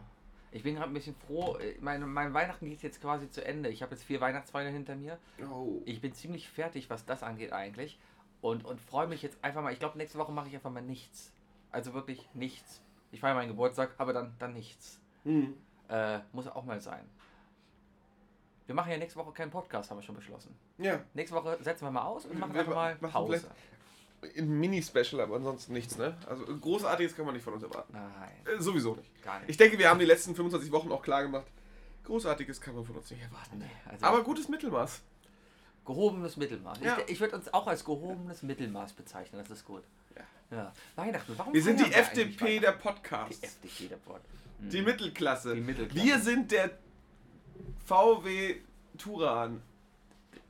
S1: Ich bin gerade ein bisschen froh. äh, Mein, mein Weihnachten geht jetzt quasi zu Ende. Ich habe jetzt vier Weihnachtsfeiern hinter mir.
S2: Oh.
S1: Ich bin ziemlich fertig, was das angeht eigentlich. Und, und freue mich jetzt einfach mal. Ich glaube, nächste Woche mache ich einfach mal nichts. Also wirklich nichts. Ich feiere meinen Geburtstag, aber dann, dann nichts.
S2: Hm.
S1: Äh, muss auch mal sein. Wir machen ja nächste Woche keinen Podcast, haben wir schon beschlossen.
S2: Ja,
S1: Nächste Woche setzen wir mal aus und machen
S2: Wir
S1: einfach
S2: ma-
S1: mal
S2: machen
S1: Pause.
S2: ein Mini-Special, aber ansonsten nichts, ne? Also großartiges kann man nicht von uns erwarten.
S1: Nein,
S2: Äh, sowieso nicht.
S1: gar nicht.
S2: Ich denke, wir haben die letzten 25 Wochen auch klar gemacht, großartiges kann man von uns nicht erwarten.
S1: Nee, also
S2: Aber gutes Mittelmaß.
S1: gehobenes Mittelmaß.
S2: Ja.
S1: Ich, ich würde uns auch als gehobenes Mittelmaß bezeichnen, das ist gut. Ja. Weihnachten, warum
S2: Wir sind
S1: feiern
S2: die
S1: eigentlich
S2: FDP
S1: Weihnachten?
S2: der Podcasts.
S1: Die FDP der Pod.
S2: Die Mittelklasse.
S1: Die Mittelklasse.
S2: Wir sind der VW Touran.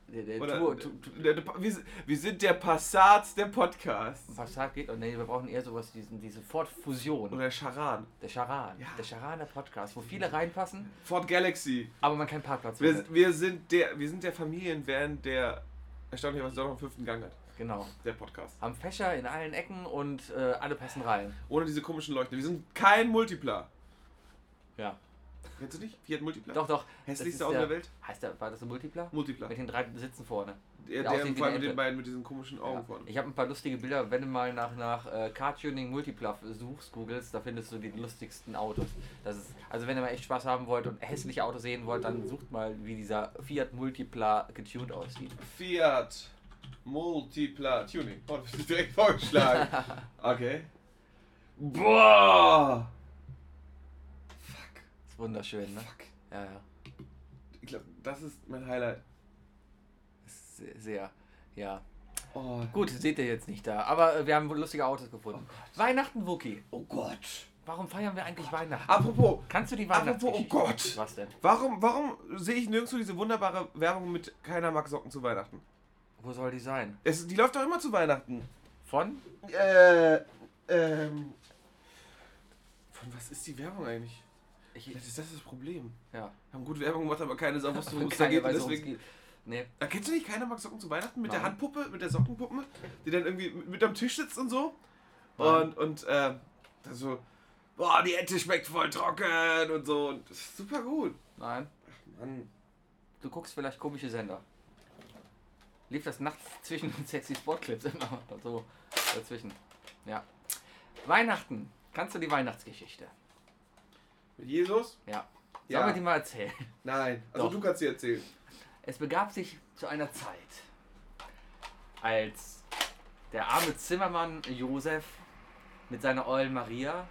S1: Der, der
S2: Oder
S1: Tour, Tour,
S2: der, der, wir, sind- wir sind der Passat der Podcasts.
S1: Passat geht und nee, wir brauchen eher sowas, diesen, diese Ford-Fusion.
S2: Oder Charan.
S1: Der Charan.
S2: Ja.
S1: Der Charan der Podcast, wo viele reinpassen,
S2: Ford Galaxy.
S1: aber man keinen Parkplatz
S2: Wir,
S1: findet.
S2: wir, sind der, wir sind der Familienvan, der erstaunlicherweise doch noch im fünften Gang hat.
S1: Genau.
S2: Der Podcast.
S1: Haben Fächer in allen Ecken und äh, alle passen rein.
S2: Ohne diese komischen Leuchten. Wir sind kein Multipler.
S1: Ja.
S2: Kennst du nicht? Fiat Multipler?
S1: Doch, doch.
S2: Hässlichste
S1: Das
S2: Auto
S1: ist
S2: der Welt?
S1: Heißt der, war das ein Multipler?
S2: Multipler.
S1: Mit den drei Sitzen vorne. der
S2: Der, der,
S1: aussieht wie
S2: vor
S1: eine
S2: allem mit den
S1: Ente.
S2: beiden mit diesen komischen Augen
S1: Ja.
S2: vorne.
S1: Ich habe ein paar lustige Bilder. Wenn du mal nach, nach äh, Cartuning Multipler suchst, googelst, da findest du die lustigsten Autos. Das ist, also wenn ihr mal echt Spaß haben wollt und hässliche Autos sehen wollt, dann sucht mal, wie dieser Fiat Multipler getuned aussieht.
S2: Fiat Multipla Tuning. Oh, das ist direkt vorgeschlagen. Okay. Boah! Fuck.
S1: Ist wunderschön, ne?
S2: Fuck.
S1: Ja, ja.
S2: Ich glaube, das ist mein Highlight.
S1: Ist se- Sehr, ja.
S2: Oh,
S1: Gut, seht ihr jetzt nicht da. Aber äh, wir haben lustige Autos gefunden. Weihnachten, Wookie.
S2: oh Gott.
S1: Warum feiern wir eigentlich Weihnachten?
S2: Apropos,
S1: Kannst du die Weihnachten?
S2: Oh apropos, oh Gott.
S1: Was denn?
S2: Warum, warum sehe ich nirgendwo diese wunderbare Werbung mit keiner mag Socken zu Weihnachten?
S1: Wo soll die sein?
S2: Es, die läuft doch immer zu Weihnachten.
S1: Von?
S2: Äh, ähm. Von was ist die Werbung eigentlich?
S1: Ich,
S2: Vielleicht ist das das Problem.
S1: ja.
S2: Wir haben gut Werbung gemacht, aber keine Sau wusste, worum es da
S1: Keine
S2: geht. Und
S1: Weise, worum es
S2: deswegen.
S1: geht. Nee.
S2: Da kennst du nicht keiner mag Socken zu Weihnachten mit der
S1: Nein.
S2: Handpuppe, mit der Sockenpuppe, die dann irgendwie mit mit am Tisch sitzt und so.
S1: Nein.
S2: Und, und, äh, dann so, boah, die Ente schmeckt voll trocken und so. Und das ist super gut.
S1: Nein.
S2: Mann.
S1: Du guckst vielleicht komische Sender. Lief das nachts zwischen den sexy Sportclips immer so dazwischen. Ja. Weihnachten. Kannst du die Weihnachtsgeschichte?
S2: Mit Jesus?
S1: Ja. Sollen
S2: Ja.
S1: wir die mal erzählen?
S2: Nein. Also
S1: Doch.
S2: du kannst sie erzählen.
S1: Es begab sich zu einer Zeit, als der arme Zimmermann Josef mit seiner Eulen Maria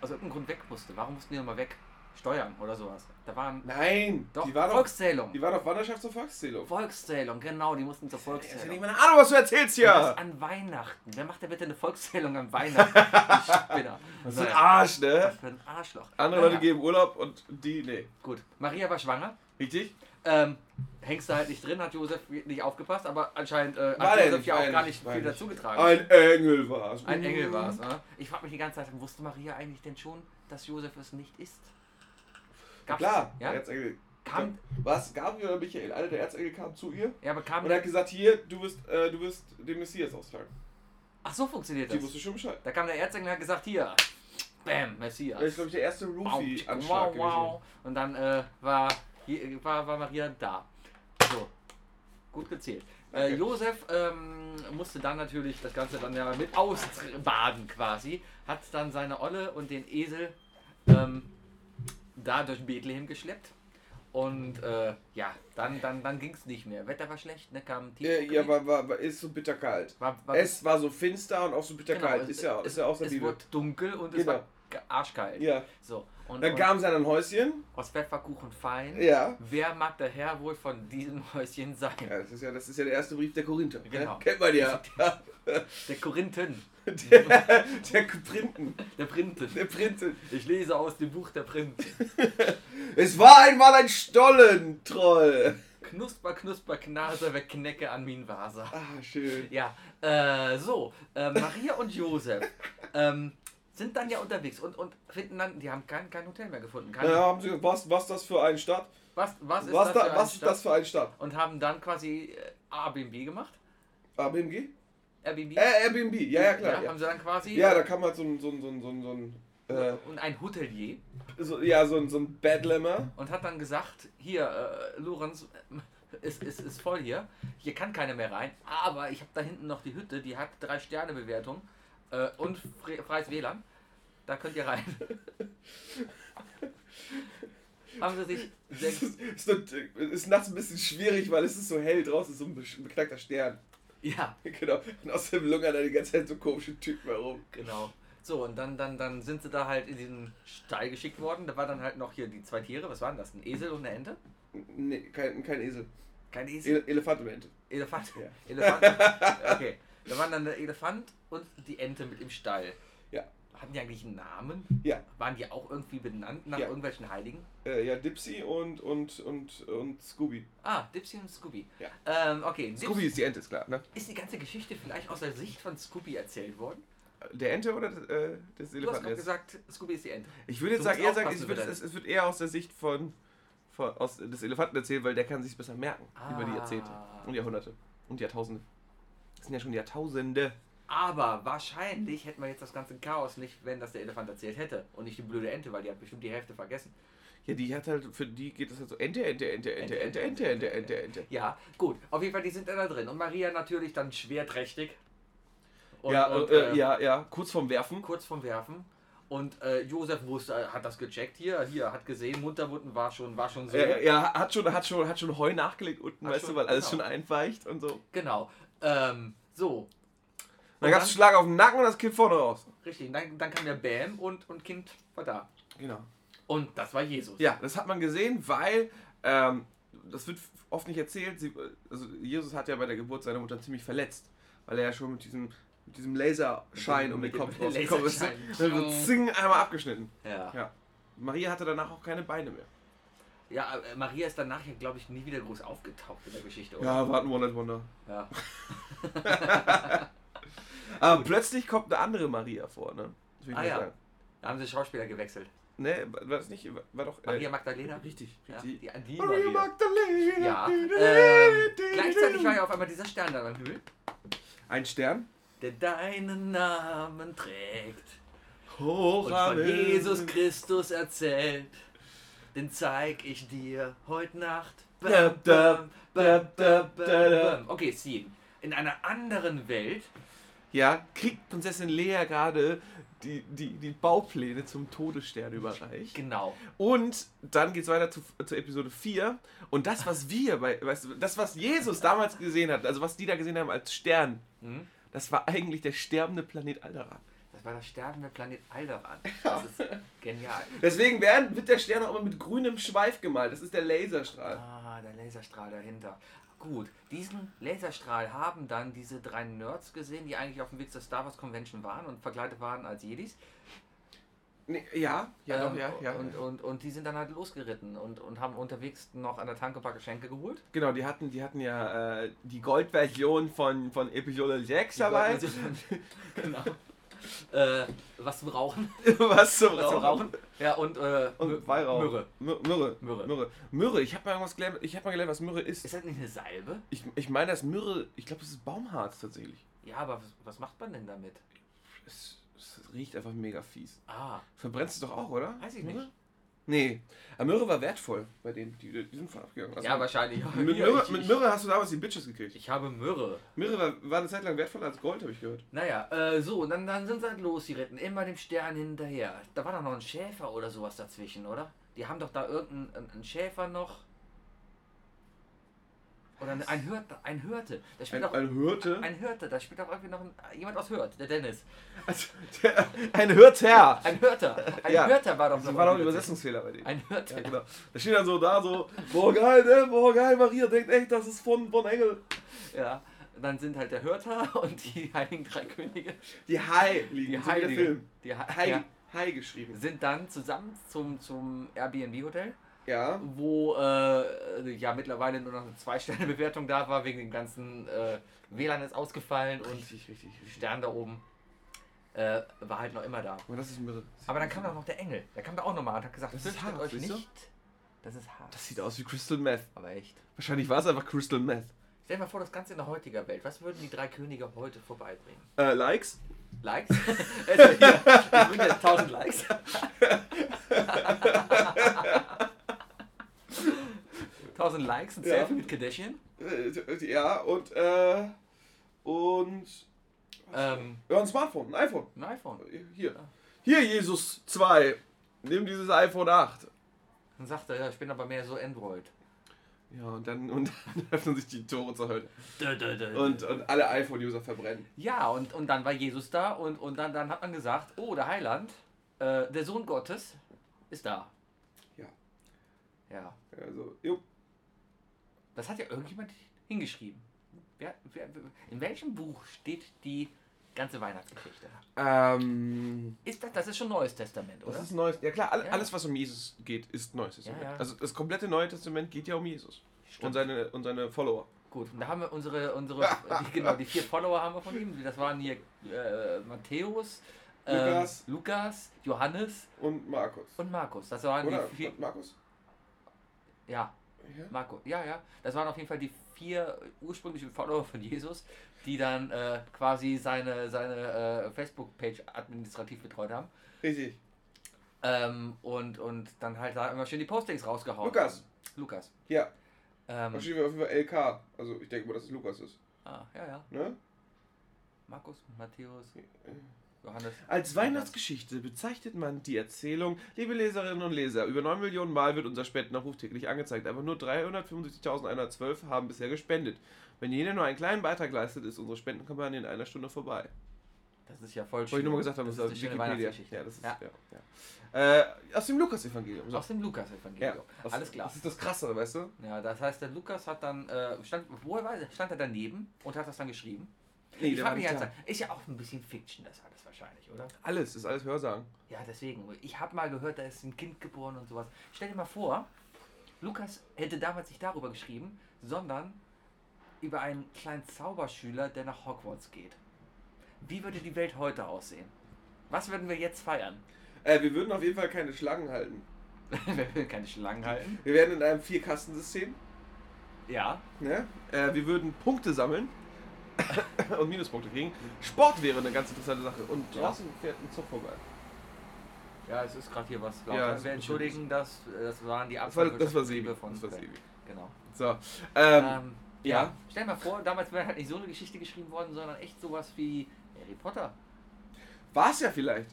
S1: aus irgendeinem Grund weg musste. Warum mussten die nochmal weg? Steuern oder sowas. Da waren.
S2: Nein.
S1: Doch,
S2: die war doch,
S1: Volkszählung.
S2: die war doch Wanderschaft zur Volkszählung.
S1: Volkszählung, genau, die mussten zur
S2: Ich hab ja nicht
S1: Volkszählung.
S2: mal eine Ahnung, was du erzählst hier.
S1: Und das an Weihnachten. Wer macht denn bitte eine Volkszählung an Weihnachten? Ich Spinner.
S2: Das ist ein
S1: Naja,
S2: Arsch,
S1: was
S2: ne?
S1: für ein Arschloch.
S2: Andere
S1: Naja,
S2: Leute geben Urlaub und die, nee.
S1: Gut. Maria war schwanger.
S2: Richtig?
S1: Ähm, hängst du halt nicht drin, hat Josef nicht aufgepasst, aber anscheinend äh,
S2: War
S1: hat
S2: der
S1: Josef
S2: nicht,
S1: ja
S2: war
S1: auch
S2: er
S1: gar
S2: nicht,
S1: nicht
S2: war
S1: viel
S2: er nicht.
S1: dazu getragen. Ein,
S2: Ein Engel war's. Uh.
S1: Engel war es. Ne? Ich frage mich die ganze Zeit, wusste Maria eigentlich denn schon, dass Josef es nicht ist? Gab's-
S2: Klar,
S1: Ja?
S2: der Erzengel.
S1: Kam,
S2: Was? Gabriel oder Michael? Alle der Erzengel kamen zu ihr
S1: ja, aber kam.
S2: und hat gesagt: Hier, du wirst, äh, du wirst den Messias austragen.
S1: Ach so funktioniert
S2: Die
S1: das.
S2: wusste schon Bescheid.
S1: Da kam der Erzengel und hat gesagt: Hier, Bam, Messias.
S2: Das ist, glaube ich, der erste
S1: Wow,
S2: Rufi-Anschlag
S1: wow, wow. Und dann äh, war, hier, war, war Maria da. So, gut gezählt. Äh,
S2: Danke.
S1: Josef ähm, musste dann natürlich das Ganze dann ja mit ausbaden quasi. Hat dann seine Olle und den Esel ähm, da durch Bethlehem geschleppt. Und äh, ja, dann, dann, dann ging es nicht mehr. Wetter war schlecht, ne, kam tief.
S2: gewesen. Äh, ja, war, war, war, ist so bitterkalt.
S1: war, war
S2: Es war so finster und auch so bitterkalt. ist, ja,
S1: Genau, es,
S2: ist ja auch der
S1: Es
S2: Bibel.
S1: wurde dunkel und es
S2: Genau.
S1: war ge- arschkalt.
S2: Ja.
S1: So, und,
S2: Dann
S1: und
S2: kamen sie an ein Häuschen.
S1: aus Pfefferkuchen fein.
S2: Ja.
S1: Wer mag der Herr wohl von diesem Häuschen sein?
S2: Ja, das ist ja, das ist ja der erste Brief der Korinther.
S1: Genau.
S2: Ne? Kennt man ja.
S1: Der Korinthen.
S2: der, der Printen.
S1: Der Prinzen.
S2: Der Printen.
S1: Ich lese aus dem Buch der Prinzen.
S2: Es war einmal ein Stollen, Troll.
S1: Knusper, knusper, Knase, weg Knecke an min Vasa.
S2: Ah, schön.
S1: Ja, äh, so. Äh, Maria und Josef ähm, sind dann ja unterwegs und, und finden dann, die haben kein, kein Hotel mehr gefunden. Kein,
S2: Dann haben sie gesagt, was, was das für eine Stadt?
S1: was, was ist das
S2: Was,
S1: für
S2: da,
S1: eine
S2: was ist
S1: Stadt?
S2: das für eine Stadt?
S1: Und haben dann quasi äh, Airbnb gemacht.
S2: Airbnb?
S1: Airbnb.
S2: Äh, Airbnb, ja, ja, klar. Ja,
S1: Haben sie dann quasi.
S2: ja da kam halt so ein, so ein, so ein, so ein, so ein, äh,
S1: und ein Hotelier.
S2: so, ja, so ein, so ein Bedlammer.
S1: und hat dann gesagt, hier, äh, Lorenz, es ist, ist, ist voll hier, hier kann keiner mehr rein, aber ich habe da hinten noch die Hütte, die hat drei Sterne Bewertung äh, und fre freies WLAN, da könnt ihr rein. Haben sie sich
S2: Es
S1: sechs,
S2: ist, ist, nur- ist nachts ein bisschen schwierig, weil es ist so hell draußen, ist so ein besch- beknackter Stern.
S1: ja,
S2: Genau. Und außerdem lungern da die ganze Zeit so komische Typen herum.
S1: genau. So, und dann, dann, dann sind sie da halt in diesen Stall geschickt worden. Da war dann halt noch hier die zwei Tiere. Was waren das? Ein Esel und eine Ente?
S2: Nee, kein, kein Esel.
S1: Kein Esel.
S2: Ele Elefant und Ente.
S1: Elefant.
S2: Ja.
S1: Elefant. Okay. Da waren dann der Elefant und die Ente mit im Stall.
S2: Ja.
S1: Hatten die eigentlich einen Namen?
S2: Ja,
S1: Waren die auch irgendwie benannt nach
S2: Ja.
S1: irgendwelchen Heiligen?
S2: äh, ja, Dipsy und, und, und, und Scooby.
S1: Ah, Dipsy und Scooby.
S2: Ja.
S1: Ähm, okay, Dips-
S2: Scooby ist die Ente, ist klar, ne?
S1: Ist die ganze Geschichte vielleicht aus der Sicht von Scooby erzählt worden?
S2: Der Ente oder des, äh, des
S1: Du hast
S2: Elefanten?
S1: gerade
S2: jetzt?
S1: gesagt, Scooby ist die Ente.
S2: Ich würde jetzt
S1: Du
S2: sagen,
S1: musst
S2: eher sagen,
S1: aufpassen
S2: ich würde,
S1: über
S2: es, es wird eher aus der Sicht von, von aus, des Elefanten erzählt, weil der kann sich besser merken über die Jahrzehnte
S1: Ah.
S2: und Jahrhunderte und Jahrtausende. Das sind ja schon Jahrtausende.
S1: Aber wahrscheinlich hätten wir jetzt das ganze Chaos nicht, wenn das der Elefant erzählt hätte. Und nicht die blöde Ente, weil die hat bestimmt die Hälfte vergessen.
S2: Ja, die hat halt, für die geht das halt so Ente, Ente, Ente, Ente, Ente, Ente, Ente, Ente, Ente.
S1: Ja, gut. Auf jeden Fall, die sind dann da drin. Und Maria natürlich dann schwerträchtig. Und-
S2: ja,
S1: und,
S2: äh,
S1: äh,
S2: ja, ja, kurz vorm Werfen.
S1: kurz vorm Werfen. Und äh, Josef wusste, äh, hat das gecheckt hier, hier, hat gesehen, Munterwunden war schon, war schon so.
S2: Ja, ja, hat schon, hat schon, hat schon Heu nachgelegt unten,
S1: Hat
S2: weißt
S1: schon-
S2: du, weil alles
S1: genau.
S2: schon einweicht und so.
S1: Genau. Ähm, so.
S2: Dann gab es einen Schlag auf den Nacken und das Kind vorne raus.
S1: Richtig, dann, dann kam der Bam und, und Kind war da.
S2: Genau.
S1: Und das war Jesus.
S2: Ja, das hat man gesehen, weil, ähm, das wird oft nicht erzählt, sie, also Jesus hat ja bei der Geburt seiner Mutter ziemlich verletzt, weil er ja schon mit diesem, mit diesem Laserschein um den Kopf
S1: Mit dem
S2: rausgekommen ist. Dann wird
S1: Laserschein. Oh.
S2: zing einmal abgeschnitten.
S1: Ja.
S2: Ja. Maria hatte danach auch keine Beine mehr.
S1: Ja, äh, Maria ist danach ja, glaube ich, nie wieder groß aufgetaucht in der Geschichte, oder?
S2: Ja, war ein One-Night-Wonder.
S1: Ja.
S2: Aber Ah, plötzlich kommt eine andere Maria vor, ne? Das will ich
S1: Ah,
S2: nicht
S1: ja.
S2: sagen.
S1: Da haben sie Schauspieler gewechselt.
S2: Ne, war das nicht, war doch... äh,
S1: Maria Magdalena?
S2: Richtig,
S1: Ja,
S2: richtig.
S1: die, die
S2: Maria
S1: Maria.
S2: Magdalena.
S1: Ja. Ähm, gleichzeitig war ja auf einmal dieser Stern da am Himmel,
S2: Ein Stern.
S1: der deinen Namen trägt
S2: Hoch
S1: und von Jesus Christus erzählt. Den zeig ich dir heute Nacht.
S2: Da, da, da, da, da, da.
S1: Okay, Scene. In einer anderen Welt
S2: Ja, kriegt Prinzessin Lea gerade die, die, die Baupläne zum Todesstern überreicht.
S1: Genau.
S2: Und dann geht's weiter zu, zu Episode 4. Und das, was wir bei, weißt du, das, was Jesus damals gesehen hat, also was die da gesehen haben als Stern,
S1: Hm?
S2: das war eigentlich der sterbende Planet Alderaan.
S1: Das war der sterbende Planet Alderaan. Das ist genial.
S2: Deswegen werden, wird der Stern auch immer mit grünem Schweif gemalt. Das ist der Laserstrahl.
S1: Ah, der Laserstrahl dahinter. Gut, diesen Laserstrahl haben dann diese drei Nerds gesehen, die eigentlich auf dem Weg zur Star Wars Convention waren und verkleidet waren als Jedis.
S2: Nee, ja, ja, doch,
S1: Ähm,
S2: ja, ja.
S1: Und, und, und die sind dann halt losgeritten und, und haben unterwegs noch an der Tanke ein paar Geschenke geholt.
S2: Genau, die hatten, die hatten ja äh, die Goldversion von, von Episode 6
S1: Die
S2: dabei.
S1: wollten natürlich- genau. Äh, was zu brauchen.
S2: was zum
S1: Was zu brauchen. Ja, und, äh, Mü-
S2: Und Weihrauch.
S1: Myrrhe.
S2: Mü- Myrrhe.
S1: Myrrhe.
S2: Myrrhe. Myrrhe. Ich habe mal irgendwas gelernt, ich habe mal gelernt, was Myrrhe ist.
S1: Ist das nicht eine Salbe?
S2: Ich, ich meine, das Myrrhe, ich glaube, das ist Baumharz tatsächlich.
S1: Ja, aber was, was macht man denn damit?
S2: Es, es riecht einfach mega fies.
S1: Ah,
S2: Verbrennst du doch auch, oder?
S1: weiß ich
S2: Myrrhe?
S1: nicht.
S2: Nee. Aber Myrrhe war wertvoll bei denen. Die, die sind voll abgegangen. Also
S1: Ja, wahrscheinlich.
S2: mit,
S1: Hier,
S2: Myrrhe,
S1: ich,
S2: mit
S1: ich-
S2: Myrrhe hast du damals die Bitches gekriegt.
S1: Ich habe Myrrhe.
S2: Myrrhe war, war eine Zeit lang wertvoller als Gold, habe ich gehört.
S1: Naja, äh, so, und dann, dann sind sie halt los, die Ritten, immer dem Stern hinterher. Da war doch noch ein Schäfer oder sowas dazwischen, oder? Die haben doch da irgendeinen einen- einen Schäfer noch. Oder ein, ein Hirte, ein Hirte. Da spielt
S2: Ein,
S1: doch
S2: ein Hirte.
S1: ein Hirte, da spielt doch irgendwie noch ein, jemand aus Hürth, der Dennis.
S2: Also, der, ein Hirtherr.
S1: Ein Hirte, ein
S2: Ja,
S1: Hirte war doch
S2: Das war doch ein
S1: irgendwie
S2: Übersetzungsfehler bei denen.
S1: dazwischen. Ein Hirte.
S2: Ja, genau. Da steht dann so da, so, boah geil, ne? Boah geil, Maria denkt echt, das ist von, von Engel.
S1: Ja, dann sind halt der Hirte und die Heiligen Drei Könige.
S2: Die Heiligen,
S1: Die
S2: so wie der Film.
S1: Heiligen. Die He ja,
S2: High, High geschrieben.
S1: sind dann zusammen zum, zum Airbnb-Hotel.
S2: Ja.
S1: wo äh, ja mittlerweile nur noch eine Zwei-Sterne-Bewertung da war, wegen dem ganzen äh, WLAN ist ausgefallen und
S2: Richtig, richtig, richtig.
S1: Stern da oben äh, war halt noch immer da.
S2: Aber das ist Mürre.
S1: Aber dann kam doch noch der Engel, der kam da auch nochmal und hat gesagt,
S2: Das ist
S1: fürchtet
S2: hart,
S1: euch
S2: siehst du?
S1: nicht. Das ist hart.
S2: Das sieht aus wie Crystal Meth.
S1: aber echt.
S2: Wahrscheinlich war es einfach Crystal Meth.
S1: Stell dir mal vor, das Ganze in der heutiger Welt. Was würden die drei Könige heute vorbeibringen?
S2: Äh, Likes?
S1: Likes? also hier, ich bringe jetzt 1000 Likes. Tausend Likes, ein
S2: Ja.
S1: Selfie mit Kardashian.
S2: Äh, ja, und, äh, und,
S1: Ähm,
S2: ja, ein Smartphone, ein iPhone.
S1: ein iPhone.
S2: Hier. Hier, Jesus 2. Nimm dieses iPhone 8.
S1: Dann sagt er, ja, ich bin aber mehr so Android.
S2: Ja, und dann, und dann öffnen sich die Tore zur Hölle.
S1: Dö, dö, dö, dö.
S2: Und, und alle iPhone-User verbrennen.
S1: ja, und, und dann war Jesus da und, und dann, dann hat man gesagt, oh, der Heiland, äh, der Sohn Gottes, ist da.
S2: Ja.
S1: Ja.
S2: Also, jo.
S1: Das hat ja irgendjemand hingeschrieben. Wer, wer, in welchem Buch steht die ganze Weihnachtsgeschichte?
S2: Ähm,
S1: Ist das, das ist schon Neues Testament,
S2: das
S1: oder?
S2: ist neues. Ja klar, all,
S1: Ja.
S2: alles was um Jesus geht, ist neues Testament.
S1: Ja, ja.
S2: Also das komplette Neue Testament geht ja um Jesus und seine und seine Follower.
S1: Gut, und da haben wir unsere, unsere die, genau, die vier Follower haben wir von ihm. Das waren hier äh, Matthäus, ähm,
S2: Lukas.
S1: Lukas, Johannes
S2: Und Markus.
S1: und Markus. Das waren
S2: Oder
S1: die vier.
S2: Markus?
S1: Ja,
S2: Ja.
S1: Marco, ja, ja. Das waren auf jeden Fall die vier ursprünglichen Follower von Jesus, die dann äh, quasi seine, seine äh, Facebook-Page administrativ betreut haben.
S2: Richtig.
S1: Ähm, und, und dann halt da immer schön die Postings rausgehauen.
S2: Lukas.
S1: Lukas.
S2: Ja, da
S1: Ähm,
S2: stehen wir auf jeden Fall LK. Also ich denke mal, dass es Lukas ist.
S1: ah, ja, ja.
S2: Ne?
S1: Markus, Matthäus, Johannes.
S2: Als Weihnachtsgeschichte bezeichnet man die Erzählung, liebe Leserinnen und Leser, über 9 Millionen Mal wird unser Spendenaufruf täglich angezeigt, aber nur 375.112 haben bisher gespendet. Wenn jeder nur einen kleinen Beitrag leistet, ist unsere Spendenkampagne in einer Stunde vorbei.
S1: Das ist ja voll
S2: Wollte ich nur mal gesagt haben,
S1: das
S2: das
S1: ist eine
S2: ist
S1: schöne
S2: Wikipedia.
S1: Weihnachtsgeschichte.
S2: Ja, das ist, ja.
S1: Ja.
S2: Ja. Äh, aus dem Lukas-Evangelium. So.
S1: Aus dem
S2: Ja,
S1: Lukas-Evangelium.
S2: das-
S1: Alles klar.
S2: Das ist das Krasse, weißt du?
S1: Ja, das heißt, der Lukas hat dann, äh, stand, woher war, stand er daneben und hat das dann geschrieben?
S2: Nee,
S1: ich
S2: der war
S1: frage mich
S2: nicht
S1: jetzt,
S2: da.
S1: ist ja auch ein bisschen Fiction, das alles wahrscheinlich, oder?
S2: Alles, ist alles Hörsagen.
S1: Ja, deswegen. Ich habe mal gehört, da ist ein Kind geboren und sowas. Stell dir mal vor, Lukas hätte damals nicht darüber geschrieben, sondern über einen kleinen Zauberschüler, der nach Hogwarts geht. Wie würde die Welt heute aussehen? Was würden wir jetzt feiern?
S2: Äh, wir würden auf jeden Fall keine Schlangen halten.
S1: wir würden keine Schlangen halten.
S2: Wir wären in einem Vierkastensystem.
S1: Ja.
S2: Ne? Äh, wir würden Punkte sammeln und Minuspunkte kriegen. Sport wäre eine ganz interessante Sache. Und
S1: Ja.
S2: draußen fährt ein Zug vorbei.
S1: Ja, es ist gerade hier was
S2: Ja,
S1: laut.
S2: es ist
S1: wir
S2: ein bisschen-
S1: entschuldigen, das, das waren die
S2: Das war, das war Sebi.
S1: Abfallwirtschaftsbetriebe von
S2: Das war
S1: Köln.
S2: Sebi.
S1: Genau.
S2: So. Ähm,
S1: Ähm,
S2: ja.
S1: ja. Stell dir mal vor, damals wäre halt nicht so eine Geschichte geschrieben worden, sondern echt sowas wie Harry Potter.
S2: War es ja vielleicht.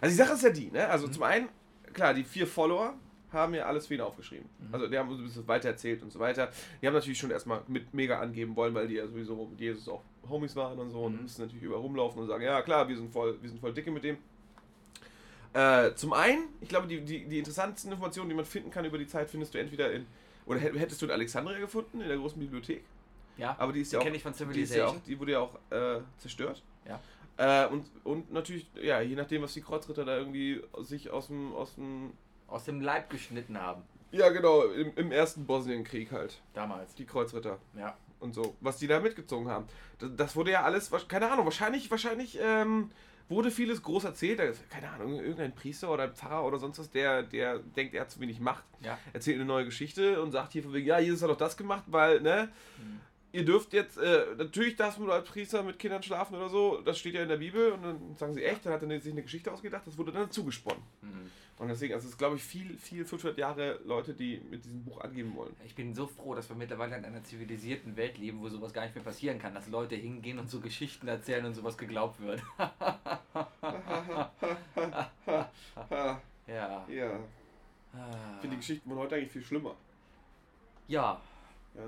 S2: Also die Sache ist ja die, ne?
S1: Mhm.
S2: Also zum einen, klar, die vier Follower haben ja alles für ihn aufgeschrieben.
S1: Mhm.
S2: Also die haben uns ein bisschen weiter erzählt und so weiter. Die haben natürlich schon erstmal mit mega angeben wollen, weil die ja sowieso mit Jesus auch Homies waren und so und
S1: Mhm.
S2: müssen natürlich über rumlaufen und sagen, ja klar, wir sind voll, wir sind voll dicke mit dem. Äh, zum einen, ich glaube, die, die, die interessantesten Informationen, die man finden kann über die Zeit, findest du entweder in, oder hätt- hättest du in Alexandria gefunden, in der großen Bibliothek.
S1: Ja.
S2: Aber die ist ja auch
S1: kenne ich von
S2: die, ist ja
S1: Civilization.
S2: auch, die wurde ja auch äh, zerstört.
S1: Ja.
S2: Äh, und, und natürlich, ja, je nachdem, was die Kreuzritter da irgendwie sich aus dem, aus dem
S1: aus dem Leib geschnitten haben.
S2: ja genau, im, im ersten Bosnienkrieg halt,
S1: Damals.
S2: die Kreuzritter
S1: Ja.
S2: und so, was die da mitgezogen haben. Das, das wurde ja alles, wasch- keine Ahnung, wahrscheinlich, wahrscheinlich ähm, wurde vieles groß erzählt. Da ist, keine Ahnung, irgendein Priester oder ein Pfarrer oder sonst was, der, der denkt, er hat zu wenig Macht,
S1: Ja.
S2: erzählt eine neue Geschichte und sagt hier von wegen, ja, Jesus hat doch das gemacht, weil, ne, ihr dürft jetzt, äh, natürlich darfst du als Priester mit Kindern schlafen oder so, das steht ja in der Bibel und dann sagen sie echt, dann hat er sich eine Geschichte ausgedacht, das wurde dann zugesponnen.
S1: Mhm.
S2: Und deswegen, also es ist, glaube ich, viel, viel 500 Jahre Leute, die mit diesem Buch angeben wollen.
S1: Ich bin so froh, dass wir mittlerweile in einer zivilisierten Welt leben, wo sowas gar nicht mehr passieren kann, dass Leute hingehen und so Geschichten erzählen und sowas geglaubt wird.
S2: Ha,
S1: Ja. Ah.
S2: ja. Ich finde die Geschichten von heute eigentlich viel schlimmer.
S1: Ja,
S2: Ja,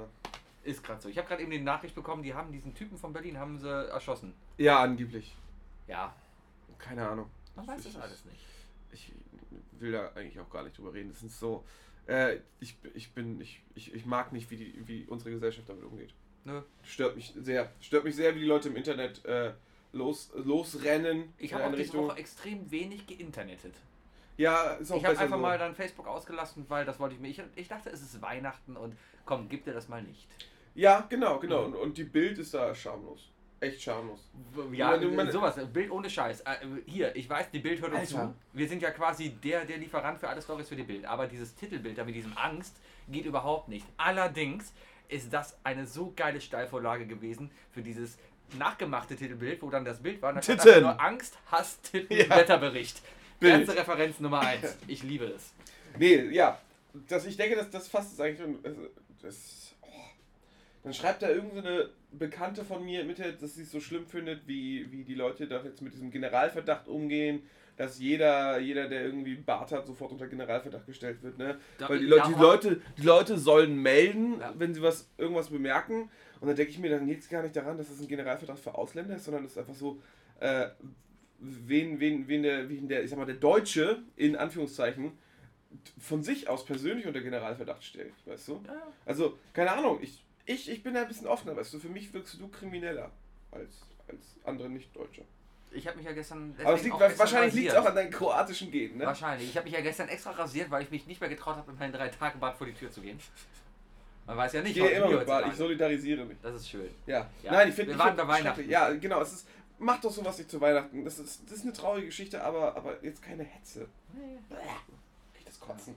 S1: ist gerade so. Ich habe gerade eben die Nachricht bekommen, die haben diesen Typen von Berlin haben sie erschossen.
S2: ja angeblich.
S1: Ja.
S2: Keine Ahnung.
S1: Man weiß das alles nicht.
S2: Ich will da eigentlich auch gar nicht drüber reden. Das ist so. Äh, ich, ich bin. Ich, ich, ich mag nicht, wie, die, wie unsere Gesellschaft damit umgeht.
S1: Nö.
S2: Stört mich sehr. Stört mich sehr, wie die Leute im Internet äh, los, losrennen.
S1: Ich
S2: in
S1: habe auch
S2: eine
S1: diese
S2: Richtung.
S1: Woche extrem wenig geinternetet.
S2: Ja, ist auch
S1: Ich habe
S2: besser
S1: einfach
S2: so.
S1: mal dann Facebook ausgelassen, weil das wollte ich mir. Ich, ich dachte, es ist Weihnachten und komm, gib dir das mal nicht.
S2: Ja, genau, genau.
S1: Mhm.
S2: Und, und die Bild ist da schamlos. Echt schamlos.
S1: Ja,
S2: Meine- meine-
S1: sowas, Bild ohne Scheiß. Äh, Hier, ich weiß, die Bild hört uns
S2: Alter.
S1: zu. Wir sind ja quasi der, der Lieferant für alle Stories für die Bild. Aber dieses Titelbild da mit diesem Angst geht überhaupt nicht. Allerdings ist das eine so geile Steilvorlage gewesen für dieses nachgemachte Titelbild, wo dann das Bild war. Und da stand
S2: Titten.
S1: einfach nur Angst, Hass, Titten,
S2: Ja.
S1: Wetterbericht.
S2: Bild.
S1: Ganze Referenz Nummer 1. Ich liebe es.
S2: Nee, ja. Das, ich denke, das, das fasst es eigentlich. Und, also, das, oh. Dann schreibt da irgendeine Bekannte von mir mit, dass sie es so schlimm findet, wie, wie die Leute da jetzt mit diesem Generalverdacht umgehen, dass jeder, jeder der irgendwie einen Bart hat, sofort unter Generalverdacht gestellt wird. Ne?
S1: Da-
S2: Weil die Leute, die,
S1: da-
S2: Leute, die Leute sollen melden,
S1: Ja.
S2: wenn sie was, irgendwas bemerken. Und dann denke ich mir, dann geht es gar nicht daran, dass das ein Generalverdacht für Ausländer ist, sondern es ist einfach so. Äh, wen, wen, wen, der, wen der, ich sag mal, der Deutsche, in Anführungszeichen, von sich aus persönlich unter Generalverdacht stellt, weißt du?
S1: Ja, ja.
S2: Also, keine Ahnung, ich, ich, ich bin da ein bisschen offener, weißt du, für mich wirkst du krimineller als, als andere Nicht-Deutsche.
S1: Ich habe mich ja gestern.
S2: Aber es
S1: deswegen
S2: liegt,
S1: auch extra
S2: wahrscheinlich liegt es auch
S1: rasiert.
S2: an deinen kroatischen Genen, ne?
S1: Wahrscheinlich. Ich habe mich ja gestern extra rasiert, weil ich mich nicht mehr getraut habe, mit meinen drei Tagen Bart vor die Tür zu gehen. Man weiß ja
S2: Ich
S1: nicht,
S2: gehe
S1: heute
S2: immer
S1: wie
S2: mit Bart,
S1: heutzutage.
S2: ich solidarisiere mich.
S1: Das ist schön.
S2: Ja.
S1: Ja.
S2: Nein, ich
S1: Wir
S2: finde ich
S1: waren
S2: find
S1: bei Weihnachten.
S2: schrecklich. Ja, genau, es ist, mach doch sowas nicht zu Weihnachten. Das ist, das ist eine traurige Geschichte, aber, aber jetzt keine Hetze. Echtes Kotzen.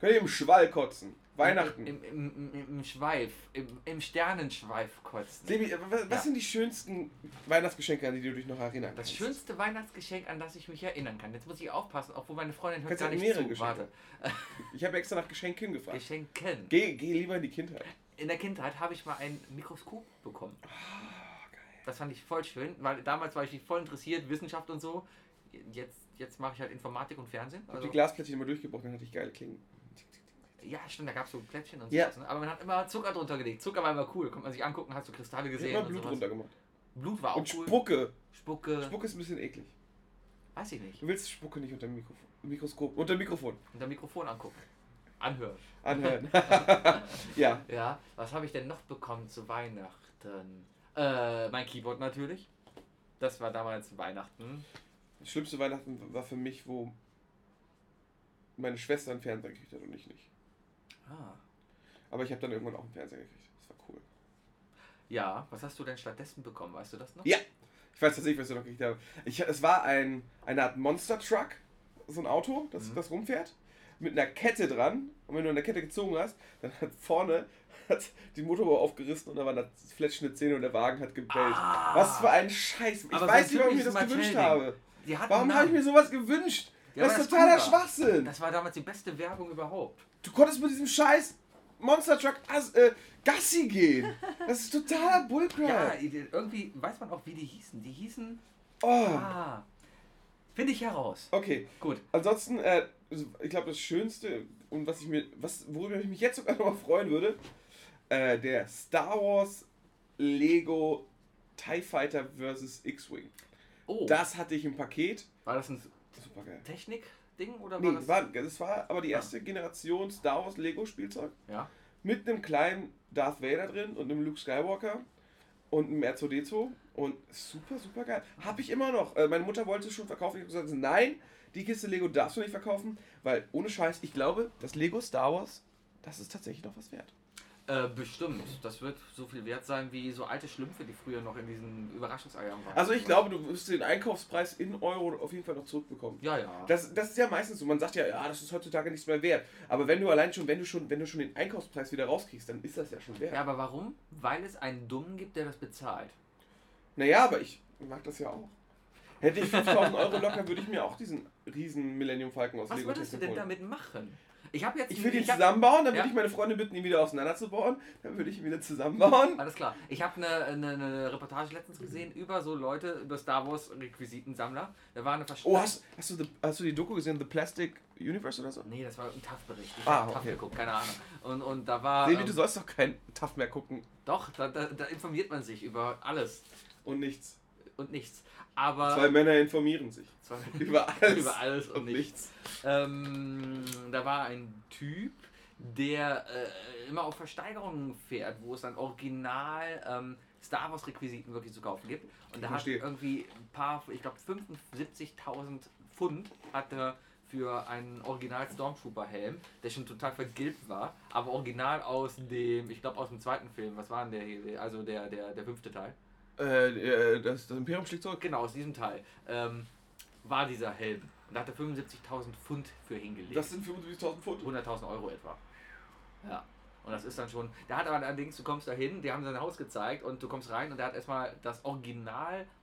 S2: Könnt ihr im Schwall kotzen? Weihnachten.
S1: Im, im, im, im Schweif, im, im Sternenschweif kotzen.
S2: Sebi, äh, was, was
S1: Ja.
S2: sind die schönsten Weihnachtsgeschenke, an die du dich noch erinnern
S1: Das
S2: kannst?
S1: schönste Weihnachtsgeschenk, an das ich mich erinnern kann. Jetzt muss ich aufpassen, obwohl meine Freundin hört
S2: Kannst
S1: gar
S2: ja
S1: nicht
S2: mehrere
S1: zu.
S2: Geschenke.
S1: Warte.
S2: Ich habe extra nach Geschenken gefragt.
S1: Geschenken.
S2: Geh, geh lieber in die Kindheit.
S1: In der Kindheit habe ich mal ein Mikroskop bekommen.
S2: Ah, geil.
S1: Das fand ich voll schön, weil damals war ich nicht voll interessiert, Wissenschaft und so. Jetzt, jetzt mache ich halt Informatik und Fernsehen. also
S2: Ich habe die Glasplättchen immer durchgebrochen, dann hatte ich geile Klingen.
S1: Ja, stimmt, da gab es so Plättchen und
S2: Ja.
S1: sowas. Ne? Aber man hat immer Zucker drunter gelegt. Zucker war immer cool. Konnte man sich angucken, hast du Kristalle
S2: Ich habe
S1: gesehen
S2: immer
S1: und
S2: Blut
S1: sowas.
S2: runtergemacht.
S1: Blut war auch
S2: Und
S1: cool.
S2: Spucke.
S1: Spucke.
S2: Spucke ist ein bisschen eklig.
S1: Weiß ich nicht.
S2: Du willst Spucke nicht unter dem Mikrofon. Mikroskop. Unter dem Mikrofon.
S1: Unter Mikrofon angucken. Anhören.
S2: Anhören. ja.
S1: Ja, was habe ich denn noch bekommen zu Weihnachten? Äh, mein Keyboard natürlich. Das war damals Weihnachten.
S2: Das schlimmste Weihnachten war für mich, wo meine Schwester einen Fernseher gekriegt hat und ich nicht.
S1: Ah.
S2: Aber ich habe dann irgendwann auch einen Fernseher gekriegt. Das war cool.
S1: Ja, was hast du denn stattdessen bekommen? Weißt du das noch?
S2: Ja. Ich weiß tatsächlich, was ich noch gekriegt habe. Ich, es war ein, eine Art Monster Truck, so ein Auto, das,
S1: Mhm.
S2: das rumfährt, mit einer Kette dran. Und wenn du an der Kette gezogen hast, dann hat vorne hat die Motorhaube aufgerissen und da waren da fletschende Zähne und der Wagen hat gebellt.
S1: Ah.
S2: Was für ein Scheiß. Ich
S1: Aber so
S2: weiß
S1: ein
S2: nicht, warum ich mir das
S1: typisches
S2: gewünscht
S1: Martell-Ding.
S2: habe.
S1: Die hatten
S2: Warum habe ich mir sowas gewünscht?
S1: Ja,
S2: das
S1: weil
S2: ist
S1: das
S2: totaler
S1: cool war.
S2: Schwachsinn.
S1: Das war damals die beste Werbung überhaupt.
S2: Du konntest mit diesem scheiß Monster Truck As äh, Gassi gehen. Das ist totaler Bullcrap.
S1: Ja, irgendwie weiß man auch, wie die hießen. Die hießen.
S2: oh.
S1: Ah. Finde ich heraus.
S2: Okay,
S1: Gut.
S2: ansonsten, äh, also ich glaube, das Schönste und was ich mir, was, worüber ich mich jetzt sogar nochmal freuen würde, äh, der Star Wars Lego TIE Fighter vs. X-Wing.
S1: Oh,
S2: Das hatte ich im Paket.
S1: war das ein
S2: Super geil.
S1: Technik-Ding oder
S2: Nee,
S1: war das? Ah.
S2: war, das war aber die erste Generation Star Wars Lego Spielzeug.
S1: ja.
S2: mit einem kleinen Darth Vader drin und einem Luke Skywalker und einem R2D2 und super, super geil. Habe ich immer noch. Äh, Meine Mutter wollte es schon verkaufen. Ich habe gesagt, nein, die Kiste Lego darfst du nicht verkaufen, weil ohne Scheiß, ich glaube, das Lego Star Wars, das ist tatsächlich noch was wert.
S1: Äh, bestimmt. Das wird so viel wert sein wie so alte Schlümpfe, die früher noch in diesen Überraschungseiern waren.
S2: Also ich glaube, du wirst den Einkaufspreis in Euro auf jeden Fall noch zurückbekommen.
S1: Ja, ja.
S2: Das, das ist ja meistens so. Man sagt ja, ja, das ist heutzutage nichts mehr wert. Aber wenn du allein schon, wenn du schon, wenn du schon den Einkaufspreis wieder rauskriegst, dann ist das ja schon wert.
S1: ja, aber warum? Weil es einen Dummen gibt, der das bezahlt.
S2: Naja, aber ich mag das ja auch. Hätte ich 5000 Euro locker, würde ich mir auch diesen riesen Millennium Falcon aus
S1: Was
S2: Lego
S1: würdest du
S2: Technik
S1: denn
S2: holen.
S1: damit machen? Ich habe jetzt.
S2: Ich würde ihn
S1: hab-
S2: zusammenbauen, dann
S1: Ja.
S2: würde ich meine Freunde bitten, ihn wieder auseinanderzubauen. Dann würde ich ihn wieder zusammenbauen.
S1: Alles klar. Ich habe eine, eine, eine ne Reportage letztens gesehen über so Leute, über Star Wars Requisitensammler. Da war eine
S2: Oh,
S1: Versteigerung.
S2: hast, hast, du the, hast du die Doku gesehen, The Plastic Universe oder so?
S1: Nee, das war ein TAF-Bericht. Ich
S2: Ah,
S1: hab TAF
S2: okay.
S1: geguckt, keine Ahnung. Und, und da war.
S2: Sebi,
S1: ähm,
S2: du sollst doch kein TAF mehr gucken.
S1: doch, da, da, da informiert man sich über alles
S2: Und nichts.
S1: und nichts. Aber.
S2: Zwei Männer informieren sich.
S1: Zwei-
S2: Über alles.
S1: über alles und,
S2: Und
S1: nichts.
S2: nichts.
S1: Ähm, da war ein Typ, der äh, immer auf Versteigerungen fährt, wo es dann original ähm, Star Wars Requisiten wirklich zu kaufen gibt. Und da hat
S2: Verstehe.
S1: irgendwie ein paar, ich glaube 75.000 Pfund hatte für einen Original Stormtrooper Helm, der schon total vergilbt war, aber original aus dem, ich glaube aus dem zweiten Film, was war denn der, hier? also der, der, der fünfte Teil.
S2: Äh, äh, das, das Imperium schlägt zurück.
S1: Genau, aus diesem Teil ähm, war dieser Helm. Und da hat er 75.000 Pfund für hingelegt.
S2: Das sind 75.000 Pfund.
S1: 100.000 Euro etwa. Ja. Und das ist dann schon. Der hat aber allerdings, du kommst da hin, die haben sein Haus gezeigt und du kommst rein und der hat erstmal das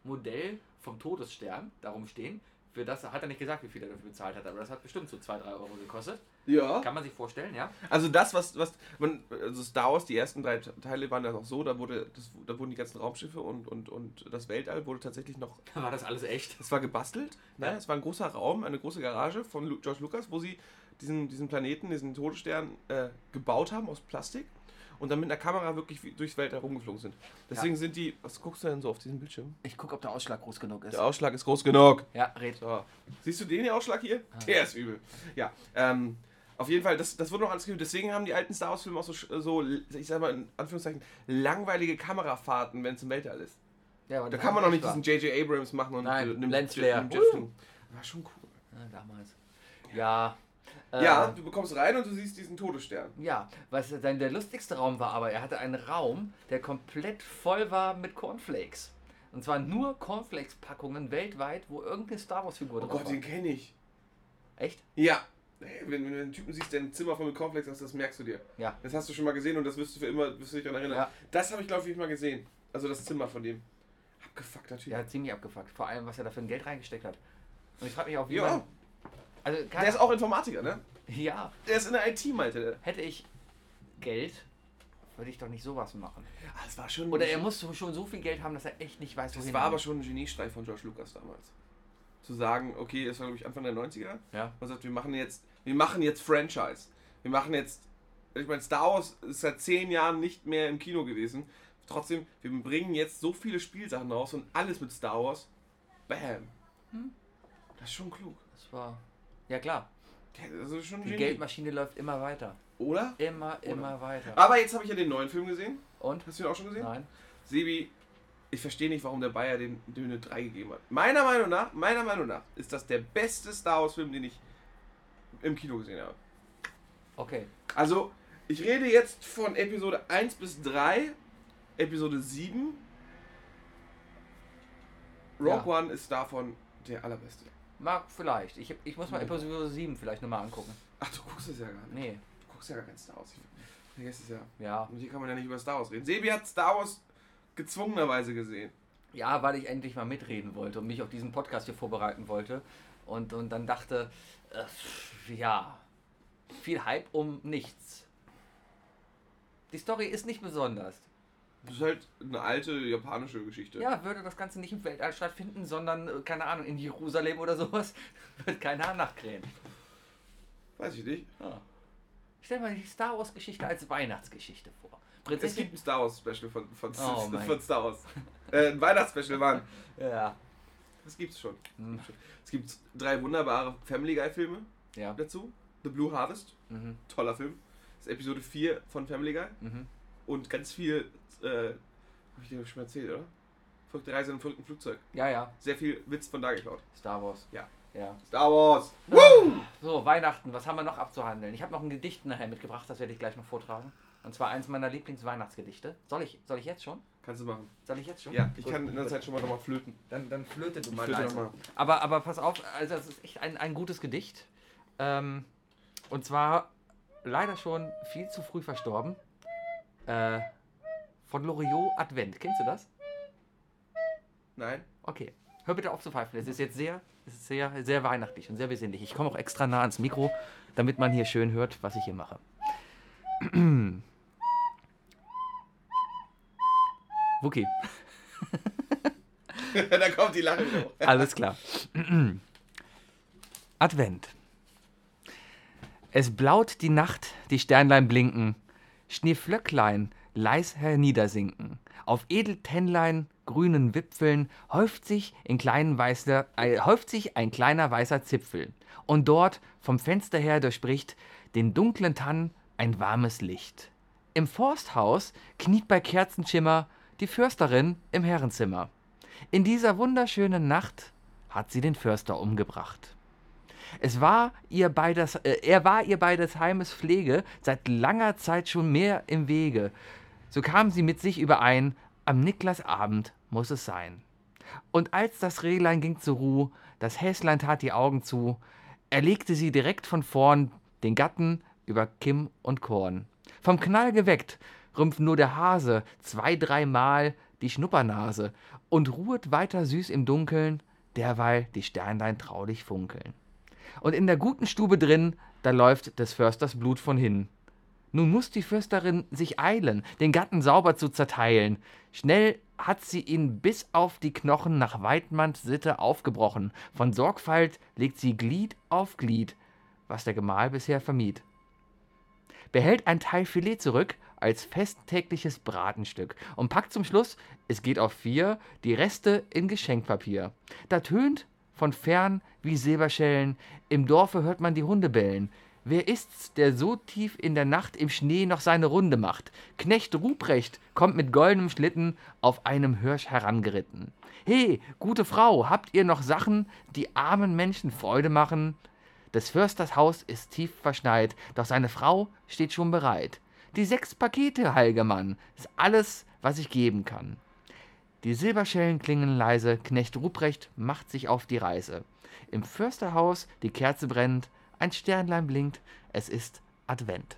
S1: Originalmodell vom Todesstern darum stehen. Für das hat er nicht gesagt, wie viel er dafür bezahlt hat, aber das hat bestimmt so 2, 3 Euro gekostet.
S2: Ja.
S1: Kann man sich vorstellen, ja?
S2: Also das, was, was man, also Star Wars, die ersten drei Teile waren das auch so, da wurde, das, da wurden die ganzen Raumschiffe und, und, und das Weltall wurde tatsächlich noch,
S1: Da war das alles echt.
S2: es war gebastelt, ne?
S1: Ja.
S2: es war ein großer Raum, eine große Garage von Lu George Lucas, wo sie diesen, diesen Planeten, diesen Todesstern äh, gebaut haben aus Plastik und dann mit einer Kamera wirklich wie- durchs Weltall rumgeflogen sind. Deswegen sind die, was guckst du denn so auf diesem Bildschirm?
S4: Ich gucke, ob der Ausschlag groß genug ist.
S2: Der Ausschlag ist groß genug.
S1: Ja, red.
S2: So. Siehst du den hier Ausschlag hier?
S1: Ah,
S2: Der ist übel. Ja. Ähm, auf jeden Fall, das, das wurde noch alles geübt. Deswegen haben die alten Star Wars-Filme auch so, sch- äh, so, ich sag mal in Anführungszeichen, langweilige Kamerafahrten, wenn es im Weltall ist.
S1: Ja, aber
S2: Da
S1: das
S2: kann man
S1: war
S2: noch nicht
S1: echt
S2: diesen J.J. Abrams machen und äh,
S1: Nein, Uh.
S2: einem
S1: Lens
S2: Jet-
S1: Flare.
S2: einem Jetflug. War schon cool.
S1: wahr. Ja, damals. Ja. Äh,
S2: Ja, ähm, du bekommst rein und du siehst diesen Todesstern.
S1: Ja, was dann der lustigste Raum war, aber er hatte einen Raum, der komplett voll war mit Cornflakes. Und zwar nur Cornflakes-Packungen weltweit, wo irgendeine Star Wars-Figur
S2: Oh
S1: drauf
S2: Gott,
S1: war.
S2: den kenne ich.
S1: Echt?
S2: Ja. Hey, Wenn, wenn du einen Typen siehst, der ein Zimmer voll mit Komplex hast, das merkst du dir.
S1: Ja.
S2: Das hast du schon mal gesehen und das wirst du für immer wirst du dich daran erinnern.
S1: Ja.
S2: Das habe ich, glaube ich, mal gesehen. Also das Zimmer von dem. Abgefuckter Typ.
S1: Ja, ziemlich abgefuckt. Vor allem, was er da für ein Geld reingesteckt hat. Und ich frage mich auch, wie
S2: Ja.
S1: man... Also, kann,
S2: Der ist auch Informatiker, ne?
S1: ja,
S2: Der ist in der IT, meinte der.
S1: hätte ich Geld, würde ich doch nicht sowas machen.
S2: Ah, das war schon.
S1: Oder er muss so- schon so viel Geld haben, dass er echt nicht weiß,
S2: Das
S1: wohin
S2: war aber
S1: damit.
S2: schon ein Geniestreich von George Lucas damals. Zu sagen, okay, das war, glaube ich, Anfang der 90er.
S1: Ja.
S2: Man sagt, wir machen jetzt, wir machen jetzt Franchise. Wir machen jetzt. Ich meine, Star Wars ist seit zehn Jahren nicht mehr im Kino gewesen. Trotzdem, wir bringen jetzt so viele Spielsachen raus und alles mit Star Wars. Bam.
S1: Hm?
S2: Das ist schon klug.
S1: Das war. Ja klar,
S2: Das ist schon
S1: die
S2: genial.
S1: Geldmaschine läuft immer weiter.
S2: Oder? Ah!
S1: Immer, immer weiter.
S2: Aber jetzt habe ich ja den neuen Film gesehen.
S1: Und?
S2: Hast du ihn auch schon gesehen?
S1: Nein.
S2: Sebi, ich verstehe nicht, warum der Bayer den Döne 3 gegeben hat. Meiner Meinung nach, meiner Meinung nach, ist das der beste Star Wars-Film, den ich im Kino gesehen habe.
S1: Okay.
S2: Also, ich rede jetzt von Episode 1 bis 3, Episode 7. Rogue One ist davon der allerbeste.
S1: Mag vielleicht. Ich, ich muss
S2: Mhm.
S1: mal Episode 7 vielleicht nochmal angucken.
S2: Ach, du guckst es ja gar nicht.
S1: Nee,
S2: Du guckst ja gar kein Star Wars. Ich vergesse es ja.
S1: ja.
S2: Und hier kann man ja nicht über Star Wars reden. Sebi hat Star Wars gezwungenerweise gesehen.
S1: Ja, weil ich endlich mal mitreden wollte und mich auf diesen Podcast hier vorbereiten wollte. Und, und dann dachte, äh, pff, ja, viel Hype um nichts. Die Story ist nicht besonders.
S2: Das ist halt eine alte japanische Geschichte.
S1: Ja, würde das Ganze nicht im Weltall stattfinden, sondern, äh, keine Ahnung, in Jerusalem oder sowas, wird kein Haar nachkrähen.
S2: Weiß ich nicht.
S1: Ja. Stell dir mal die Star Wars-Geschichte als Weihnachtsgeschichte vor.
S2: Es
S1: Prinzessin.
S2: gibt ein Star Wars Special von, von,
S1: Oh mein
S2: von Star Wars. Äh, ein Weihnachtsspecial, Mann.
S1: Ja.
S2: Das gibt's schon.
S1: Hm.
S2: Es gibt drei wunderbare Family Guy Filme
S1: Ja.
S2: dazu. The Blue Harvest,
S1: Mhm.
S2: toller Film. Das ist Episode 4 von Family Guy.
S1: Mhm.
S2: Und ganz viel, äh, hab ich dir schon mal erzählt, oder? Verrückte Reise in einem verrückten Flugzeug.
S1: Ja, ja.
S2: Sehr viel Witz von da geklaut.
S1: Star Wars.
S2: Ja.
S1: Ja.
S2: Star Wars! Woo!
S1: So, Weihnachten, was haben wir noch abzuhandeln? Ich habe noch ein Gedicht nachher mitgebracht, das werde ich gleich noch vortragen. Und zwar eins meiner Lieblingsweihnachtsgedichte. Soll ich, soll ich jetzt schon?
S2: Kannst du machen.
S1: Soll ich jetzt schon?
S2: Ja, ich
S1: Gut,
S2: kann in der Zeit schon mal nochmal flöten.
S1: Dann, dann flöte du mal.
S2: Flöte
S1: leise.
S2: nochmal.
S1: Aber, aber pass auf, also es ist echt ein, ein gutes Gedicht. Ähm, und zwar leider schon viel zu früh verstorben. Äh, von Loriot Advent. Kennst du das?
S2: Nein?
S1: Okay. Hör bitte auf zu pfeifen. Es ist jetzt sehr, es ist sehr, sehr weihnachtlich und sehr besinnlich. Ich komme auch extra nah ans Mikro, damit man hier schön hört, was ich hier mache. Wookie,
S2: da kommt die Lache wieder hoch.
S1: alles klar. Advent. Es blaut die Nacht, die Sternlein blinken, Schneeflöcklein leis herniedersinken. Auf Edeltennlein, grünen Wipfeln häuft sich, in kleinen weißer, äh, häuft sich ein kleiner weißer Zipfel. Und dort, vom Fenster her durchbricht, den dunklen Tann ein warmes Licht. Im Forsthaus kniet bei Kerzenschimmer die Försterin im Herrenzimmer. In dieser wunderschönen Nacht hat sie den Förster umgebracht. Es war ihr beides, äh, er war ihr beides Heimes Pflege, seit langer Zeit schon mehr im Wege. So kam sie mit sich überein, am Niklasabend muss es sein. Und als das Rehlein ging zur Ruhe, das Häslein tat die Augen zu, erlegte sie direkt von vorn den Gatten über Kim und Korn. Vom Knall geweckt, rümpft nur der Hase zwei, dreimal die Schnuppernase und ruhet weiter süß im Dunkeln, derweil die Sternlein traulich funkeln. Und in der guten Stube drin, da läuft des Försters Blut von hin. Nun muß die Fürsterin sich eilen, den Gatten sauber zu zerteilen. Schnell hat sie ihn bis auf die Knochen nach Weidmanns Sitte aufgebrochen. Von Sorgfalt legt sie Glied auf Glied, was der Gemahl bisher vermied. Behält ein Teil Filet zurück als festtägliches Bratenstück und packt zum Schluss, es geht auf vier, die Reste in Geschenkpapier. Da tönt von fern wie Silberschellen, im Dorfe hört man die Hunde bellen. Wer ist's, der so tief in der Nacht im Schnee noch seine Runde macht? Knecht Ruprecht kommt mit goldenem Schlitten auf einem Hirsch herangeritten. He, gute Frau, habt ihr noch Sachen, die armen Menschen Freude machen? Des Försters Haus ist tief verschneit, doch seine Frau steht schon bereit. Die sechs Pakete, heilger Mann, ist alles, was ich geben kann. Die Silberschellen klingen leise, Knecht Ruprecht macht sich auf die Reise. Im Försterhaus die Kerze brennt, ein Sternlein blinkt, es ist Advent.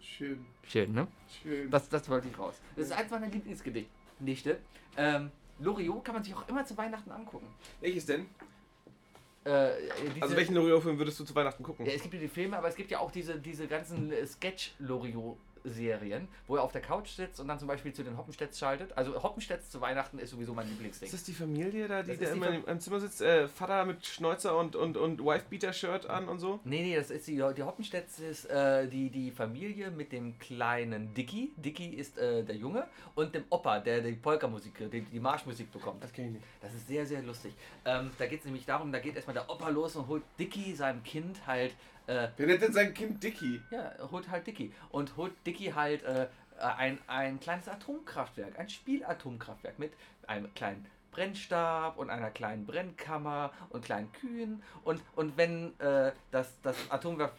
S2: Schön,
S1: Schön, ne?
S2: schön.
S1: Das, das wollte ich raus. Das ist eins meiner Lieblingsgedichte. Ähm, Loriot kann man sich auch immer zu Weihnachten angucken.
S2: Welches denn?
S1: Äh, diese-
S2: Also welchen Loriot-Film würdest du zu Weihnachten gucken?
S1: Ja, es gibt ja die Filme, aber es gibt ja auch diese, diese ganzen äh, Sketch-Loriot. Serien, wo er auf der Couch sitzt und dann zum Beispiel zu den Hoppenstedts schaltet. Also Hoppenstedts zu Weihnachten ist sowieso mein Lieblingsding.
S2: Ist das die Familie da, die
S1: Das
S2: da
S1: ist die
S2: immer
S1: Fam-
S2: im, im Zimmer sitzt? Äh, Vater mit Schnäuzer und, und, und Wife-Beater-Shirt an und so?
S1: Nee, nee, das ist die, die Hoppenstedts ist äh, die, die Familie mit dem kleinen Dicky. Dicky ist äh, der Junge und dem Opa, der die Polka-Musik, die, die Marschmusik bekommt.
S2: Das kenne ich nicht.
S1: Das ist sehr, sehr lustig. Ähm, da geht es nämlich darum, da geht erstmal der Opa los und holt Dicky seinem Kind halt, äh,
S2: Wer nennt denn sein Kind Dicky?
S1: ja, holt halt Dicky. Und holt Dicky halt äh, ein, ein kleines Atomkraftwerk, ein Spielatomkraftwerk mit einem kleinen Brennstab und einer kleinen Brennkammer und kleinen Kühen. Und, und wenn, äh, das, das Atomwerk,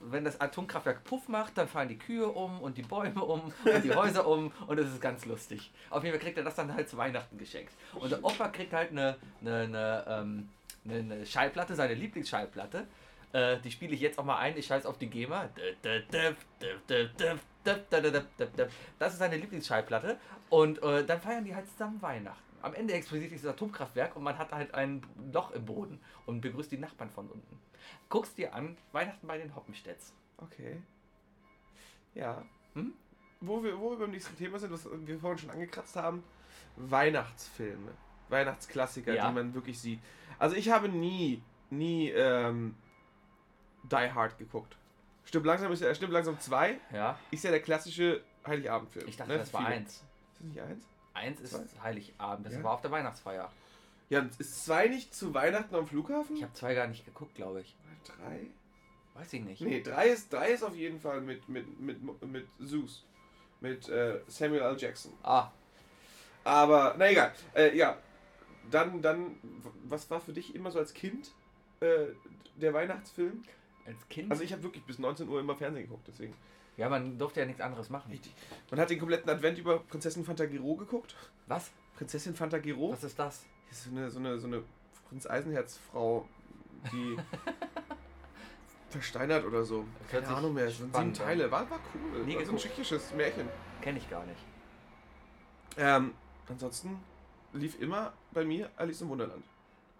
S1: wenn das Atomkraftwerk Puff macht, dann fallen die Kühe um und die Bäume um und die Häuser um und es ist ganz lustig. Auf jeden Fall kriegt er das dann halt zu Weihnachten geschenkt. Und der Opa kriegt halt eine, eine, eine, ähm, eine, eine Schallplatte, seine Lieblingsschallplatte. Äh, die spiele ich jetzt auch mal ein. Ich scheiß auf die GEMA. Das ist seine Lieblingsschallplatte. Und äh, dann feiern die halt zusammen Weihnachten. Am Ende explodiert dieses Atomkraftwerk und man hat halt ein Loch im Boden und begrüßt die Nachbarn von unten. Guck's dir an, Weihnachten bei den Hoppenstedts.
S2: Okay. Ja.
S1: Hm?
S2: Wo, wir, wo wir beim nächsten Thema sind, was wir vorhin schon angekratzt haben: Weihnachtsfilme. Weihnachtsklassiker,
S1: Ja.
S2: die man wirklich sieht. Also, ich habe nie, nie ähm, Die Hard geguckt. Stimmt langsam, ist, äh, Stirb langsam 2
S1: Ja,
S2: ist ja der klassische Heiligabendfilm.
S1: ich dachte,
S2: ne,
S1: das
S2: für
S1: war
S2: viele.
S1: eins.
S2: Ist das nicht eins?
S1: Eins ist Heiligabend, das
S2: Ja.
S1: war auf der Weihnachtsfeier.
S2: Ja, und ist zwei nicht zu Weihnachten am Flughafen?
S1: Ich habe zwei gar nicht geguckt, glaube ich.
S2: Oder drei?
S1: Weiß ich nicht.
S2: Nee, drei ist, drei ist auf jeden Fall mit, mit, mit, mit Zeus. Mit äh, Samuel L. Jackson.
S1: Ah,
S2: Aber, na egal. Äh, ja, dann, dann, w- was war für dich immer so als Kind äh, der Weihnachtsfilm?
S1: als Kind?
S2: Also ich habe wirklich bis 19 Uhr immer Fernsehen geguckt, deswegen.
S1: ja, man durfte ja nichts anderes machen.
S2: Man hat den kompletten Advent über Prinzessin Fantagiro geguckt.
S1: Was?
S2: Prinzessin Fantagiro?
S1: Was ist das?
S2: ist so eine, so eine, so eine Prinz Eisenherz-Frau, die versteinert oder so.
S1: Das hört
S2: Keine
S1: sich
S2: Ahnung mehr. Es sind sieben
S1: spannend an.
S2: Teile. War, war cool.
S1: Nie
S2: war so ein
S1: geguckt.
S2: tschechisches Märchen.
S1: Kenne ich gar nicht.
S2: Ähm, ansonsten lief immer bei mir Alice im Wunderland.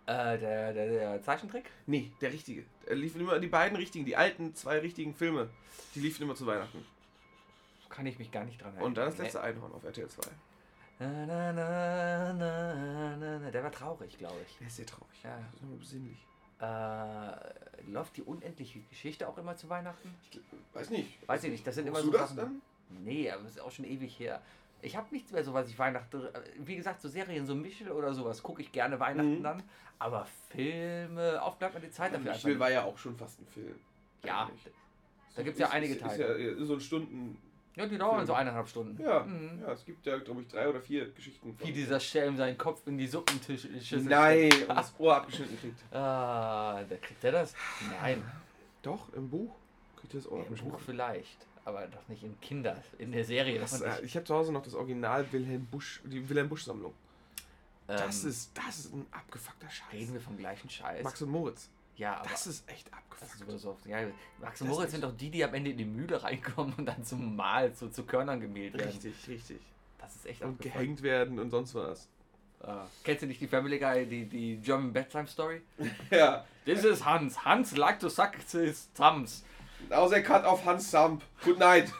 S1: Äh, der, der, der Zeichentrick?
S2: Nee, der richtige. Da liefen immer die beiden richtigen, die alten zwei richtigen Filme. Die liefen immer zu Weihnachten.
S1: Kann ich mich gar nicht dran erinnern.
S2: Und dann das letzte Einhorn auf RTL 2.
S1: Na, na, na, na, na, na. Der war traurig, glaube ich.
S2: Der ist sehr traurig.
S1: Ja.
S2: Das ist immer besinnlich.
S1: Äh, läuft die unendliche Geschichte auch immer zu Weihnachten?
S2: Ich weiß nicht.
S1: Weiß ich nicht, das sind immer
S2: Guckst
S1: so
S2: du das
S1: Sachen-
S2: dann?
S1: Nee, aber ist auch schon ewig her. Ich habe nichts mehr so, was ich Weihnachten. äh, Wie gesagt, so Serien, so Michel oder sowas, gucke ich gerne Weihnachten
S2: Mhm.
S1: dann. Aber Filme, oft bleibt man die Zeit Halt dafür
S2: Michel
S1: einfach.
S2: Also war ja auch schon fast ein Film.
S1: nicht. Ja,
S2: Eigentlich.
S1: da gibt's ja
S2: Ist-
S1: einige
S2: ist-
S1: Teile.
S2: Ist ja äh, so ein Stunden.
S1: ja, die dauern
S2: Film.
S1: so eineinhalb Stunden.
S2: Ja,
S1: Mhm.
S2: ja es gibt ja, glaube ich, drei oder vier Geschichten. von-
S1: Wie dieser Schelm seinen Kopf in die Suppentische schüsselt.
S2: Nein, und das Ohr abgeschnitten kriegt.
S1: Ah, da kriegt er das? Nein,
S2: Doch, im Buch kriegt ihr das Ohr
S1: im
S2: abgeschnitten.
S1: Buch vielleicht, aber doch nicht im Kinder, in der Serie.
S2: Das,
S1: und
S2: äh, ich habe zu Hause noch das Original Wilhelm Busch, die Wilhelm Busch Sammlung.
S1: ähm,
S2: Das ist, das ist ein abgefuckter Scheiß.
S1: Reden wir vom gleichen Scheiß?
S2: Max und Moritz.
S1: ja, aber
S2: Das ist echt
S1: das ist
S2: abgefuckt.
S1: sowieso oft. Ja, Max und
S2: Das
S1: Moritz
S2: ist-
S1: sind doch die, die am Ende in die Mühle reinkommen und dann zum Mahl, zu, zu Körnern gemehlt werden.
S2: richtig, richtig.
S1: Das ist echt
S2: Und
S1: abgefuckt.
S2: gehängt werden und sonst was.
S1: Ah. Kennst du nicht die Family Guy, die, die German Bedtime Story?
S2: Ja,
S1: This is Hans. Hans like to suck his thumbs.
S2: außer Cut auf Hans Samp. Good night.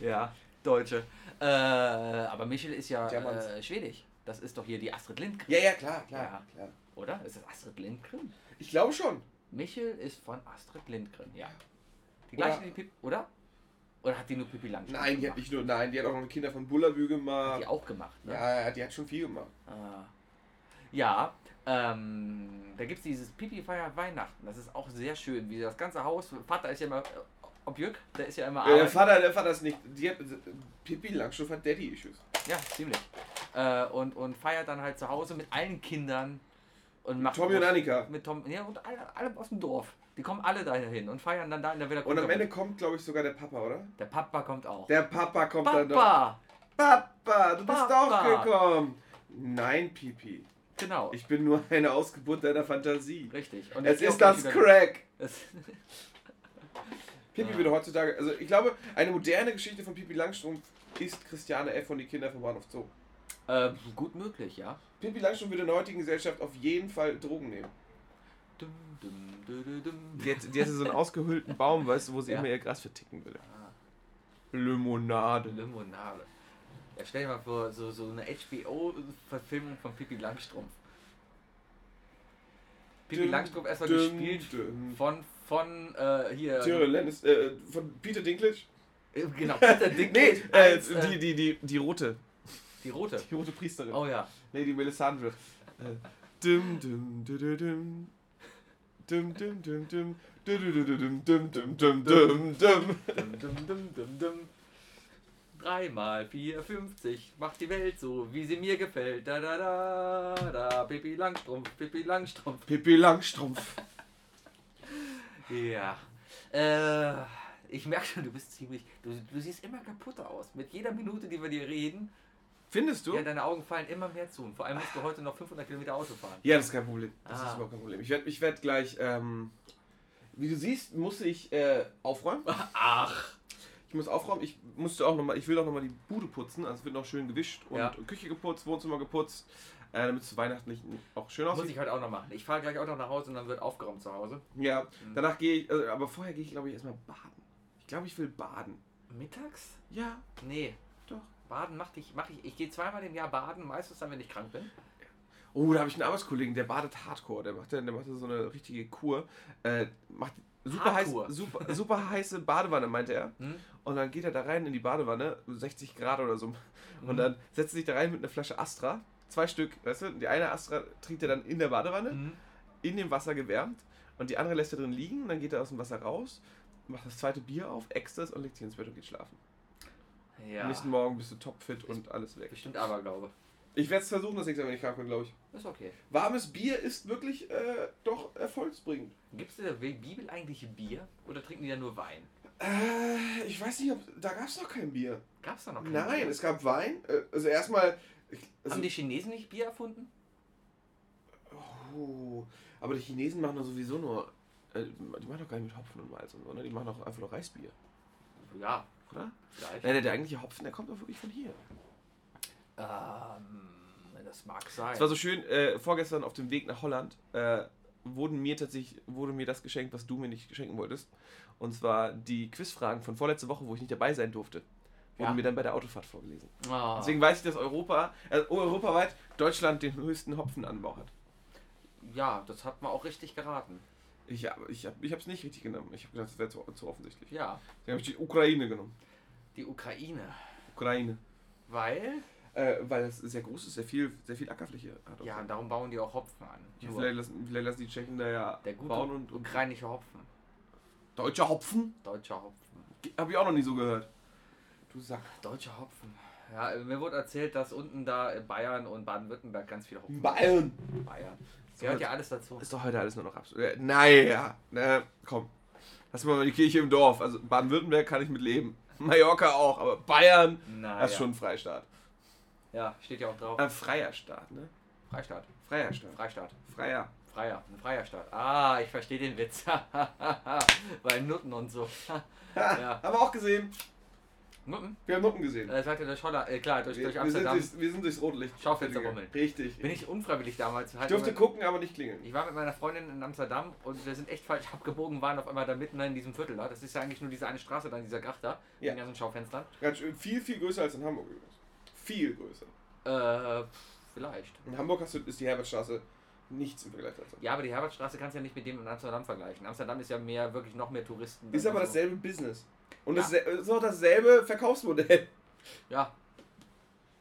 S1: Ja, Deutsche. Äh, aber Michel ist ja
S2: Germans.
S1: äh, schwedisch. Das ist doch hier die Astrid Lindgren,
S2: ja, ja, klar, klar,
S1: Ja.
S2: klar.
S1: oder? Ist das Astrid Lindgren?
S2: Ich glaube schon.
S1: Michel ist von Astrid Lindgren, ja. Die
S2: Oder-
S1: gleiche, die Pippi, oder? Oder hat die nur Pippi Langstrumpf
S2: Nein, die hat
S1: gemacht?
S2: nicht nur, nein, die hat auch noch Kinder von Bullabü
S1: Hat
S2: gemacht.
S1: die auch gemacht, ne?
S2: Ja, ja, die hat schon viel gemacht.
S1: Ah. Ja, ähm, da gibt es dieses Pipi-Feier Weihnachten. Das ist auch sehr schön, wie das ganze Haus. Vater ist ja immer, äh, Objück, der ist ja immer
S2: Ja, der
S1: arbeiten.
S2: Vater, der Vater ist nicht. Die hat, Pippi Langstrumpf hat Daddy-Issues.
S1: Ja, ziemlich. Äh, und, und feiert dann halt zu Hause mit allen Kindern. Und macht
S2: Tommy und Annika.
S1: Mit Tom, ja, und alle, alle aus dem Dorf. Die kommen alle dahin und feiern dann da in der Villa.
S2: Und am Ende kommt, glaube ich, sogar der Papa, oder?
S1: Der Papa kommt auch.
S2: Der Papa kommt dann doch.
S1: Papa!
S2: Papa, du bist
S1: Papa.
S2: auch gekommen. Nein, Pipi.
S1: Genau.
S2: Ich bin nur eine Ausgeburt deiner Fantasie.
S1: Richtig. Und
S2: Es
S1: jetzt
S2: ist
S1: geh auch
S2: das
S1: gleich wieder-
S2: Crack.
S1: Es-
S2: Pipi
S1: Ja.
S2: würde heutzutage, also ich glaube, eine moderne Geschichte von Pipi Langstrumpf ist Christiane F. und die Kinder vom Bahnhof Zoo.
S1: äh, gut möglich, ja.
S2: Pipi Langstrumpf würde in der heutigen Gesellschaft auf jeden Fall Drogen nehmen.
S1: Dum, dum, dum, dum, dum.
S2: Die, hat- die hatte so einen ausgehöhlten Baum, weißt du, wo sie
S1: Ja.
S2: immer ihr Gras verticken würde.
S1: Ah,
S2: Limonade.
S1: Limonade. Ja, stell dir mal vor, so, so eine HBO-Verfilmung von Pippi Langstrumpf. Pippi
S2: Dum,
S1: Langstrumpf erstmal
S2: dum,
S1: gespielt
S2: dum.
S1: von, von äh, hier.
S2: Tyrion Lannister, äh, von Peter Dinklage?
S1: Äh, Genau, Peter Dinklage.
S2: Nee, äh,
S1: als, äh,
S2: die, die, die, die rote.
S1: die rote.
S2: Die rote Priesterin.
S1: Oh ja.
S2: Lady Melisandre. Äh, Dum, dum, dum, dum, dum. Dum, dum, dum, dum. Dum, dum, dum, dum, dum, dum, dum, dum.
S1: Dum, dum, dum, dum, dum. Dreimal 4,50 macht die Welt so, wie sie mir gefällt. Da da da da, Pippi Langstrumpf, Pippi Langstrumpf.
S2: Pippi Langstrumpf.
S1: Ja. Äh, ich merke schon, du bist ziemlich. Du, du siehst immer kaputter aus. Mit jeder Minute, die wir dir reden,
S2: Findest du?
S1: ja, deine Augen fallen immer mehr zu. Und vor allem musst du heute noch 500 Kilometer Auto fahren.
S2: Ja, das ist kein Problem. Das
S1: Ah.
S2: ist überhaupt kein Problem. Ich werde ich werd gleich, ähm, wie du siehst, muss ich äh, aufräumen.
S1: Ach.
S2: Ich muss aufräumen. Ich musste auch noch mal, ich will auch nochmal die Bude putzen. Also es wird noch schön gewischt und
S1: Ja.
S2: Küche geputzt, Wohnzimmer geputzt, äh, damit es weihnachtlich auch schön
S1: Muss
S2: aussieht.
S1: ich heute auch noch machen. Ich fahre gleich auch noch nach Hause und dann wird aufgeräumt zu Hause.
S2: Ja,
S1: Mhm.
S2: danach gehe ich, also, aber vorher gehe ich, glaube ich, erstmal baden. Ich glaube, ich will baden.
S1: Mittags?
S2: Ja,
S1: Nee.
S2: doch.
S1: Baden mach ich, mach ich. Ich gehe zweimal im Jahr baden, meistens dann, wenn ich krank bin.
S2: Oh, da habe ich einen Arbeitskollegen, der badet Hardcore. Der macht, dann- der macht so eine richtige Kur. Äh, macht super, heiß,
S1: Hardcore.
S2: super, super heiße Badewanne, meinte er.
S1: Hm?
S2: Und dann geht er da rein in die Badewanne, 60 Grad oder so.
S1: Mhm.
S2: Und dann setzt er sich da rein mit einer Flasche Astra. Zwei Stück, weißt du? Die eine Astra trinkt er dann in der Badewanne,
S1: Mhm.
S2: in dem Wasser gewärmt. Und die andere lässt er drin liegen. Und dann geht er aus dem Wasser raus, macht das zweite Bier auf, Extras und legt sich ins Bett und geht schlafen.
S1: Ja.
S2: Am nächsten Morgen bist du topfit und alles weg.
S1: Bestimmt Aberglaube.
S2: Ich werde es versuchen, das nächste Mal, wenn ich krank bin, glaube ich.
S1: Ist okay.
S2: Warmes Bier ist wirklich äh, doch erfolgsbringend.
S1: Gibt es in der Bibel eigentlich Bier oder trinken die da nur Wein?
S2: Äh, ich weiß nicht, ob, da gab es noch kein Bier.
S1: Gab es da noch kein
S2: Nein,
S1: Bier?
S2: es gab Wein. Äh, Also erstmal. ich- Also,
S1: Haben die Chinesen nicht Bier erfunden?
S2: oh, aber die Chinesen machen doch sowieso nur. Äh, die machen doch gar nicht mit Hopfen und Malz und so, ne? Die machen doch einfach nur Reisbier,
S1: Ja,
S2: oder?
S1: vielleicht.
S2: Nein, der, der eigentliche Hopfen, der kommt doch wirklich von hier.
S1: Ähm, das mag sein.
S2: Es war so schön, äh, vorgestern auf dem Weg nach Holland äh, wurden mir tatsächlich, wurde mir das geschenkt, was du mir nicht schenken wolltest. Und zwar die Quizfragen von vorletzte Woche, wo ich nicht dabei sein durfte. Wurden
S1: Ja.
S2: mir dann bei der Autofahrt vorgelesen.
S1: Ah.
S2: Deswegen weiß ich, dass Europa, also europaweit Deutschland den höchsten Hopfenanbau hat.
S1: ja, das hat man auch richtig geraten.
S2: Ich, hab- ich habe es nicht richtig genommen. Ich habe gedacht, das wäre zu, zu offensichtlich.
S1: Ja,
S2: Deswegen habe ich die Ukraine genommen.
S1: die Ukraine.
S2: Ukraine.
S1: Weil,
S2: Äh, weil es sehr groß ist, sehr viel, sehr viel Ackerfläche hat. auch.
S1: ja, darum bauen die auch Hopfen an.
S2: Ja,
S1: Nur
S2: vielleicht, lassen, vielleicht lassen die Tschechen da ja
S1: der gute
S2: bauen und, und
S1: ukrainische Hopfen.
S2: deutscher Hopfen?
S1: Deutscher Hopfen.
S2: Habe ich auch noch nie so gehört. Du Sack.
S1: Deutscher Hopfen. Ja, mir wurde erzählt, dass unten da in Bayern und Baden-Württemberg ganz viel Hopfen
S2: Bayern.
S1: Bayern. Gehört ja alles dazu.
S2: Ist doch heute alles nur noch absolut. Äh, naja, na, ne, komm. Lass mal die Kirche im Dorf. Also Baden-Württemberg kann ich mit leben. Mallorca auch, aber Bayern,
S1: Na, Ah
S2: das ist
S1: ja.
S2: schon Ähm. ein Freistaat.
S1: Ja, steht ja auch drauf.
S2: Ein Äh, freier Staat, ne?
S1: Freistaat.
S2: Freier Staat.
S1: Freistaat.
S2: Freier.
S1: Freier. Ein freier Staat. Ah, ich verstehe den Witz. Weil Nutten und so. ja.
S2: Haben wir auch gesehen.
S1: Nutten?
S2: Wir haben Noppen gesehen.
S1: Ah. Äh, seid ihr durch Holland? Äh, klar, durch,
S2: wir,
S1: durch
S2: wir, sind
S1: Amsterdam.
S2: durchs, wir sind durchs rote Licht.
S1: Schaufensterbummel.
S2: Richtig.
S1: Bin ich unfreiwillig damals.
S2: ich
S1: Halt
S2: durfte
S1: immer-
S2: gucken, aber nicht klingeln.
S1: ich war mit meiner Freundin in Amsterdam und wir sind echt falsch abgebogen, waren auf einmal da mitten in diesem Viertel da. Das ist ja eigentlich nur diese eine Straße da, in dieser Gracht da,
S2: Ja.
S1: mit den ganzen Schaufenstern.
S2: Ganz schön, viel, viel größer als in Hamburg übrigens. Viel größer.
S1: Äh, vielleicht.
S2: In Hamburg hast du, ist die Herbertstraße nichts im Vergleich dazu.
S1: Ja, aber die Herbertstraße kannst du ja nicht mit dem in Amsterdam vergleichen. Amsterdam ist ja mehr, wirklich noch mehr Touristen.
S2: Ist aber
S1: Also,
S2: dasselbe Business. Und
S1: Ja.
S2: das ist auch dasselbe Verkaufsmodell.
S1: Ja.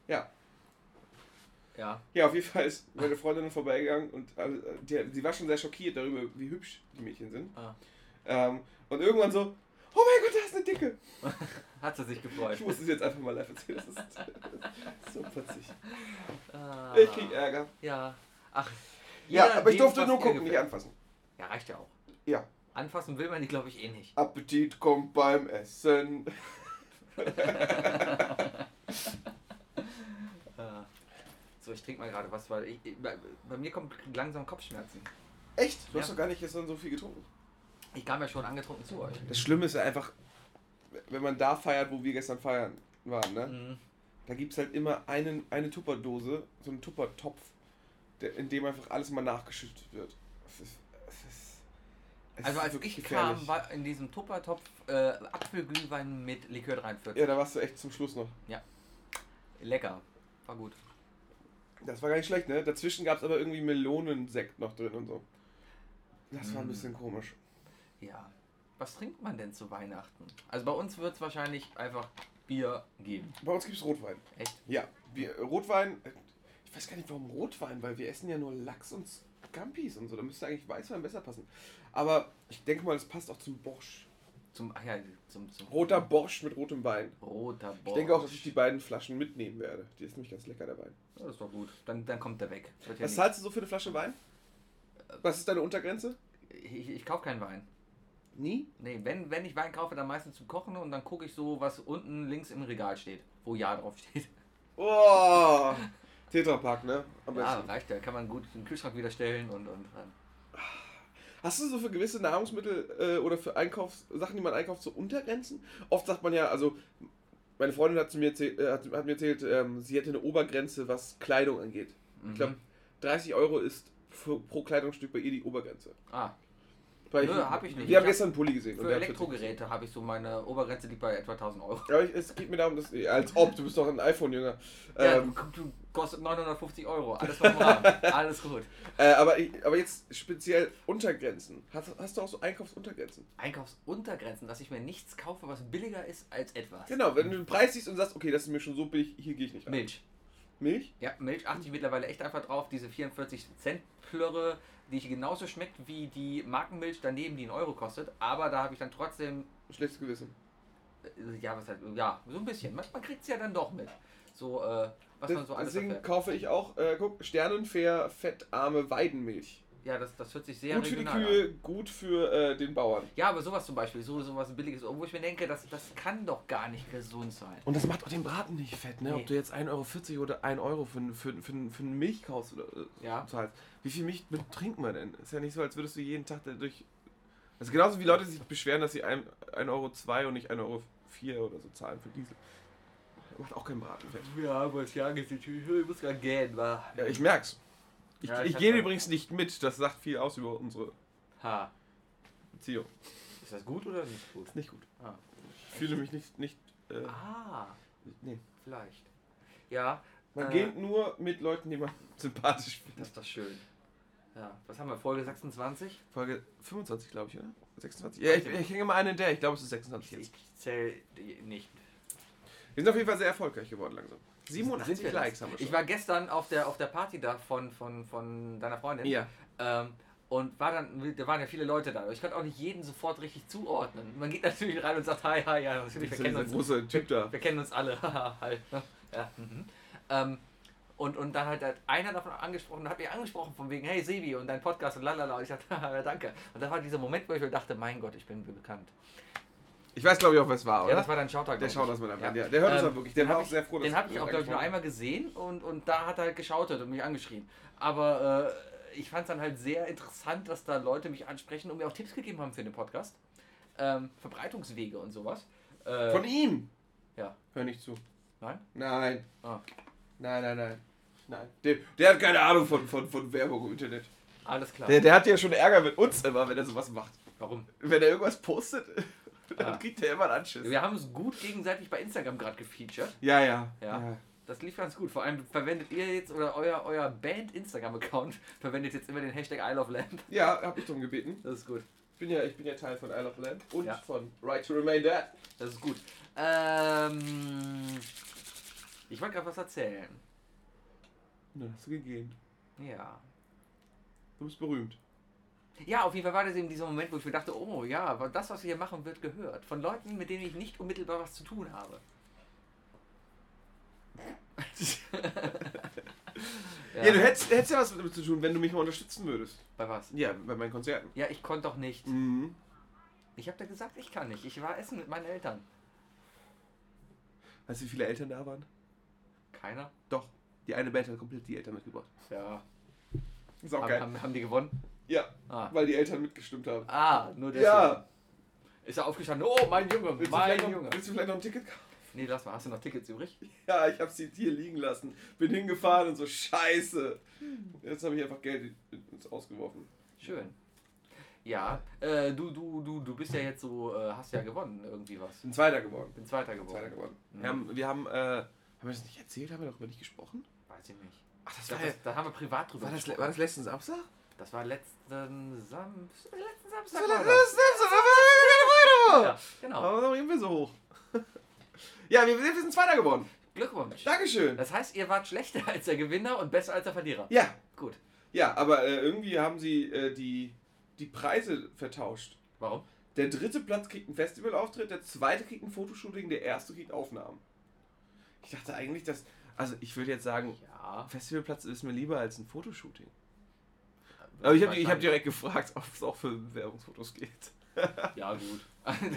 S2: Ja.
S1: Ja.
S2: Ja, auf jeden Fall ist meine Freundin vorbeigegangen und äh, die, die war schon sehr schockiert darüber, wie hübsch die Mädchen sind.
S1: Ah.
S2: Ähm, und irgendwann so, oh mein Gott, da ist eine Dicke.
S1: Hat sie sich gefreut.
S2: Ich muss es jetzt einfach mal live erzählen. Das ist, das ist so putzig.
S1: Ah.
S2: Ich krieg Ärger.
S1: Ja. Ach.
S2: Ja,
S1: jeder
S2: aber ich
S1: dem,
S2: durfte
S1: was
S2: nur
S1: ihr
S2: gucken, nicht
S1: gefällt.
S2: anfassen.
S1: Ja, reicht ja auch.
S2: Ja.
S1: Anfassen will man die, glaube ich, eh nicht.
S2: Appetit kommt beim Essen.
S1: Äh, So, ich trinke mal gerade was, weil ich, bei, bei mir kommt langsam Kopfschmerzen.
S2: Echt? Du
S1: Ja.
S2: hast doch gar nicht gestern so viel getrunken.
S1: Ich kam ja schon angetrunken zu euch.
S2: Das Schlimme ist ja einfach, wenn man da feiert, wo wir gestern feiern waren, ne?
S1: Mhm.
S2: Da gibt es halt immer einen, eine Tupperdose, so einen Tuppertopf, der, in dem einfach alles mal nachgeschüttet wird. Das ist, das ist Es
S1: Also
S2: ist
S1: als
S2: wirklich
S1: ich
S2: gefährlich.
S1: kam, war in diesem Tuppertopf äh, Apfelglühwein mit Likör 43.
S2: Ja, da warst du echt zum Schluss noch.
S1: Lecker. War gut.
S2: Das war gar nicht schlecht, ne? Dazwischen gab es aber irgendwie Melonensekt noch drin und so. Das war ein bisschen komisch.
S1: Ja. Was trinkt man denn zu Weihnachten? Also bei uns wird es wahrscheinlich einfach Bier geben.
S2: Bei uns gibt es Rotwein.
S1: Echt?
S2: Ja, wir, Rotwein. äh, Ich weiß gar nicht, warum Rotwein, weil wir essen ja nur Lachs und Scampis und so. Da müsste eigentlich Weißwein besser passen. Aber ich denke mal, das passt auch zum Borsch.
S1: Zum, ach ja, zum, zum
S2: Roter Borsch mit rotem Wein.
S1: Roter Bock.
S2: Ich denke auch, dass ich die beiden Flaschen mitnehmen werde. Die ist nämlich ganz lecker, der Wein.
S1: Ja, das ist doch gut. Dann, dann kommt der weg. Wird ja
S2: Was
S1: nicht-
S2: zahlst du so für eine Flasche Wein? Was ist deine Untergrenze?
S1: ich ich kaufe keinen Wein.
S2: Nie?
S1: Nee, wenn, wenn ich Wein kaufe, dann meistens zum Kochen und dann gucke ich so, was unten links im Regal steht, wo Ja drauf steht.
S2: Oh! Tetrapack, ne? Am
S1: Ja,
S2: besten.
S1: reicht ja. Kann man gut in den Kühlschrank wieder stellen und. ähm, und dann.
S2: Hast du so für gewisse Nahrungsmittel äh, oder für Einkaufssachen, die man einkauft, so Untergrenzen? Oft sagt man ja, also meine Freundin hat, zu mir, erzählt, äh, hat, hat mir erzählt, ähm, sie hätte eine Obergrenze, was Kleidung angeht. Ich glaube,
S1: Mhm.
S2: 30 Euro ist für, pro Kleidungsstück bei ihr die Obergrenze.
S1: Ah,
S2: Weil
S1: Nö, hab ich nicht.
S2: Wir haben
S1: Ich hab-
S2: gestern einen Pulli gesehen. und
S1: für
S2: der hat 40.
S1: Elektrogeräte habe ich so meine Obergrenze liegt bei etwa 1000 Euro.
S2: Aber ich, es geht mir darum, dass, äh, als ob, du bist doch ein iPhone-Jünger.
S1: Ja,
S2: Ähm,
S1: du- du kostet 950 Euro. Alles noch im Rahmen. Alles gut.
S2: äh, aber, ich, aber jetzt speziell Untergrenzen. Hast, hast du auch so Einkaufsuntergrenzen?
S1: Einkaufsuntergrenzen, dass ich mir nichts kaufe, was billiger ist als etwas.
S2: Genau, wenn du den Preis siehst und sagst, okay, das ist mir schon so billig, hier gehe ich nicht rein.
S1: Milch.
S2: Milch?
S1: Ja, Milch achte ich mittlerweile echt einfach drauf. Diese 44 Cent Plörre, die ich genauso schmeckt wie die Markenmilch daneben, die einen Euro kostet. Aber da habe ich dann trotzdem
S2: Schlechtes Gewissen.
S1: Äh, Ja, was halt, ja, so ein bisschen. Man, man kriegt es ja dann doch mit. So, äh, was man so alles
S2: Deswegen
S1: erfährt.
S2: kaufe ich auch, äh, guck, Sternenfair fettarme Weidenmilch.
S1: Ja, das, das hört sich sehr
S2: gut für die
S1: regional an.
S2: Kühe, gut für äh, den Bauern.
S1: Ja, aber sowas zum Beispiel, so, sowas billiges, wo ich mir denke, das, das kann doch gar nicht gesund sein.
S2: Und das macht auch den Braten nicht fett, ne?
S1: Nee.
S2: Ob du jetzt 1,40 Euro oder 1 Euro für, für, für, für einen Milch kaufst oder äh,
S1: Ja.
S2: zahlst. Wie viel Milch mit- trinkt man denn? Ist ja nicht so, als würdest du jeden Tag dadurch. Also genauso wie Leute sich beschweren, dass sie 1,02 Euro zwei und nicht 1,04 Euro vier oder so zahlen für Diesel. Macht auch keinen Braten fett.
S1: Ja, aber ich sage jetzt, ich muss gerade gähnen, war.
S2: Ja, ich merk's. Ich,
S1: Ja, ich
S2: ich
S1: hab
S2: gehe
S1: schon.
S2: übrigens nicht mit, das sagt viel aus über unsere
S1: Ha.
S2: Beziehung.
S1: Ist das gut oder nicht gut?
S2: Ist nicht gut.
S1: Ah.
S2: Ich fühle mich nicht. nicht äh,
S1: Ah,
S2: nee.
S1: vielleicht. Ja,
S2: Man
S1: Äh.
S2: geht nur mit Leuten, die man sympathisch
S1: das
S2: findet.
S1: ist doch schön. Ja, was haben wir? Folge 26?
S2: Folge 25, glaube ich, oder? 26? Ja, ich, ich hänge mal einen in der. Ich glaube, es ist 26 jetzt.
S1: Ich zähle die nicht.
S2: Wir sind auf jeden Fall sehr erfolgreich geworden langsam.
S1: Sind
S2: 87
S1: wir
S2: Likes
S1: das?
S2: haben wir schon.
S1: Ich war gestern auf der, auf der Party da von, von, von deiner Freundin.
S2: ja.
S1: Ähm, und war dann, da waren ja viele Leute da. Ich konnte auch nicht jeden sofort richtig zuordnen. Man geht natürlich rein und sagt, hi, hi, ja, natürlich, wir
S2: Dieser, dieser
S1: kennen uns,
S2: große Typ da.
S1: wir kennen uns alle. haha, hi. ja, mhm. ähm, und, und dann halt, hat einer davon angesprochen, hat mich angesprochen von wegen, hey Sebi und dein Podcast und lalala. Und ich dachte, haha, ja, danke. Und da war dieser Moment, wo ich mir dachte, mein Gott, ich bin bekannt.
S2: Ich weiß, glaube ich, auch, wer es war, oder?
S1: Ja, das war dann Shoutout.
S2: der
S1: glaub ich.
S2: schaut das mal an. Ja.
S1: Ja.
S2: Der, der hört uns
S1: Ähm,
S2: auch wirklich. Der
S1: den
S2: war
S1: hab
S2: auch
S1: ich-
S2: sehr froh,
S1: Den
S2: dass
S1: habe ich auch, glaube ich, nur
S2: angesprochen
S1: einmal gesehen und, und da hat er halt geschautet und mich angeschrien. Aber äh, ich fand es dann halt sehr interessant, dass da Leute mich ansprechen und mir auch Tipps gegeben haben für den Podcast. Ähm, Verbreitungswege und sowas. Äh,
S2: hat. Von ihm!
S1: Ja.
S2: Hör nicht zu.
S1: Nein?
S2: Nein.
S1: Ah.
S2: Nein, nein, nein. Nein. Der, der hat keine Ahnung von, von, von Werbung im Internet.
S1: Alles klar.
S2: Der, der hat ja schon Ärger mit uns immer, wenn er sowas macht.
S1: Warum?
S2: Wenn er irgendwas postet,
S1: Ah.
S2: dann kriegt er immer einen Anschiss.
S1: Wir haben es gut gegenseitig bei Instagram gerade gefeatured.
S2: Ja, ja.
S1: Ja. Das lief ganz gut. Vor allem verwendet ihr jetzt oder euer, euer Band-Instagram-Account verwendet jetzt immer den Hashtag Isle of Lamp.
S2: Ja, hab ich drum gebeten.
S1: Das ist gut.
S2: Ich bin ja, ich bin ja Teil von Isle of Lamb und
S1: Ja.
S2: von Right to Remain Dead.
S1: Das ist gut. Ähm, ich wollte gerade was erzählen.
S2: Na, hast du gegeben.
S1: Ja.
S2: Du bist berühmt.
S1: Ja, auf jeden Fall war das eben dieser Moment, wo ich mir dachte, oh ja, aber das, was wir hier machen, wird gehört. Von Leuten, mit denen ich nicht unmittelbar was zu tun habe. ja,
S2: Ja, du hättest, hättest ja was damit zu tun, wenn du mich mal unterstützen würdest.
S1: bei was?
S2: Ja, bei meinen Konzerten.
S1: Ja, ich konnte doch nicht.
S2: Mhm.
S1: Ich habe da gesagt, ich kann nicht. Ich war essen mit meinen Eltern.
S2: Weißt du, wie viele Eltern da waren?
S1: Keiner?
S2: Doch. Die eine Band hat komplett die Eltern mitgebracht.
S1: Ja.
S2: Ist auch
S1: Haben,
S2: geil.
S1: haben, haben die gewonnen?
S2: Ja,
S1: Ah,
S2: weil die Eltern mitgestimmt haben.
S1: ah nur deswegen.
S2: Ja.
S1: Ist er aufgestanden? Oh, mein Junge,
S2: Willst du, vielleicht
S1: mein
S2: noch,
S1: Junge.
S2: willst du vielleicht noch ein Ticket kaufen?
S1: Nee, lass mal. Hast du noch Tickets übrig?
S2: Ja, ich hab sie hier liegen lassen. Bin hingefahren und so, scheiße. Jetzt habe ich einfach Geld in- ins Ausgeworfen.
S1: Schön. Ja, äh, du, du, du, du bist ja jetzt so, äh, hast ja gewonnen irgendwie was.
S2: Bin Zweiter geworden.
S1: Bin Zweiter
S2: Bin Zweiter
S1: geworden.
S2: geworden. Wir haben, wir haben, äh, haben wir das nicht erzählt? Haben wir darüber nicht gesprochen?
S1: Weiß ich nicht.
S2: Ach, das
S1: Ich glaub, das, da haben wir privat drüber
S2: war, das,
S1: gesprochen.
S2: war das letzten Samstag?
S1: Das war letzten Samstag. Letzten
S2: Das Oh.
S1: Samstag
S2: war
S1: war
S2: letzten
S1: das.
S2: Samstag, das war keine Freude!
S1: Ja, genau.
S2: Aber warum reden wir so hoch? Ja, wir, wir sind Zweiter geworden.
S1: Glückwunsch.
S2: Dankeschön.
S1: Das heißt, ihr wart schlechter als der Gewinner und besser als der Verlierer.
S2: Ja,
S1: Gut.
S2: ja, aber äh, irgendwie haben sie äh, die, die Preise vertauscht.
S1: Warum?
S2: Der dritte Platz kriegt einen Festivalauftritt, der zweite kriegt ein Fotoshooting, der erste kriegt Aufnahmen. Ich dachte eigentlich, dass. Also, ich würde jetzt sagen,
S1: Ja.
S2: Festivalplatz ist mir lieber als ein Fotoshooting. Aber ich habe
S1: Wahrscheinlich.
S2: hab direkt gefragt, ob es auch für Bewerbungsfotos geht.
S1: Ja, gut.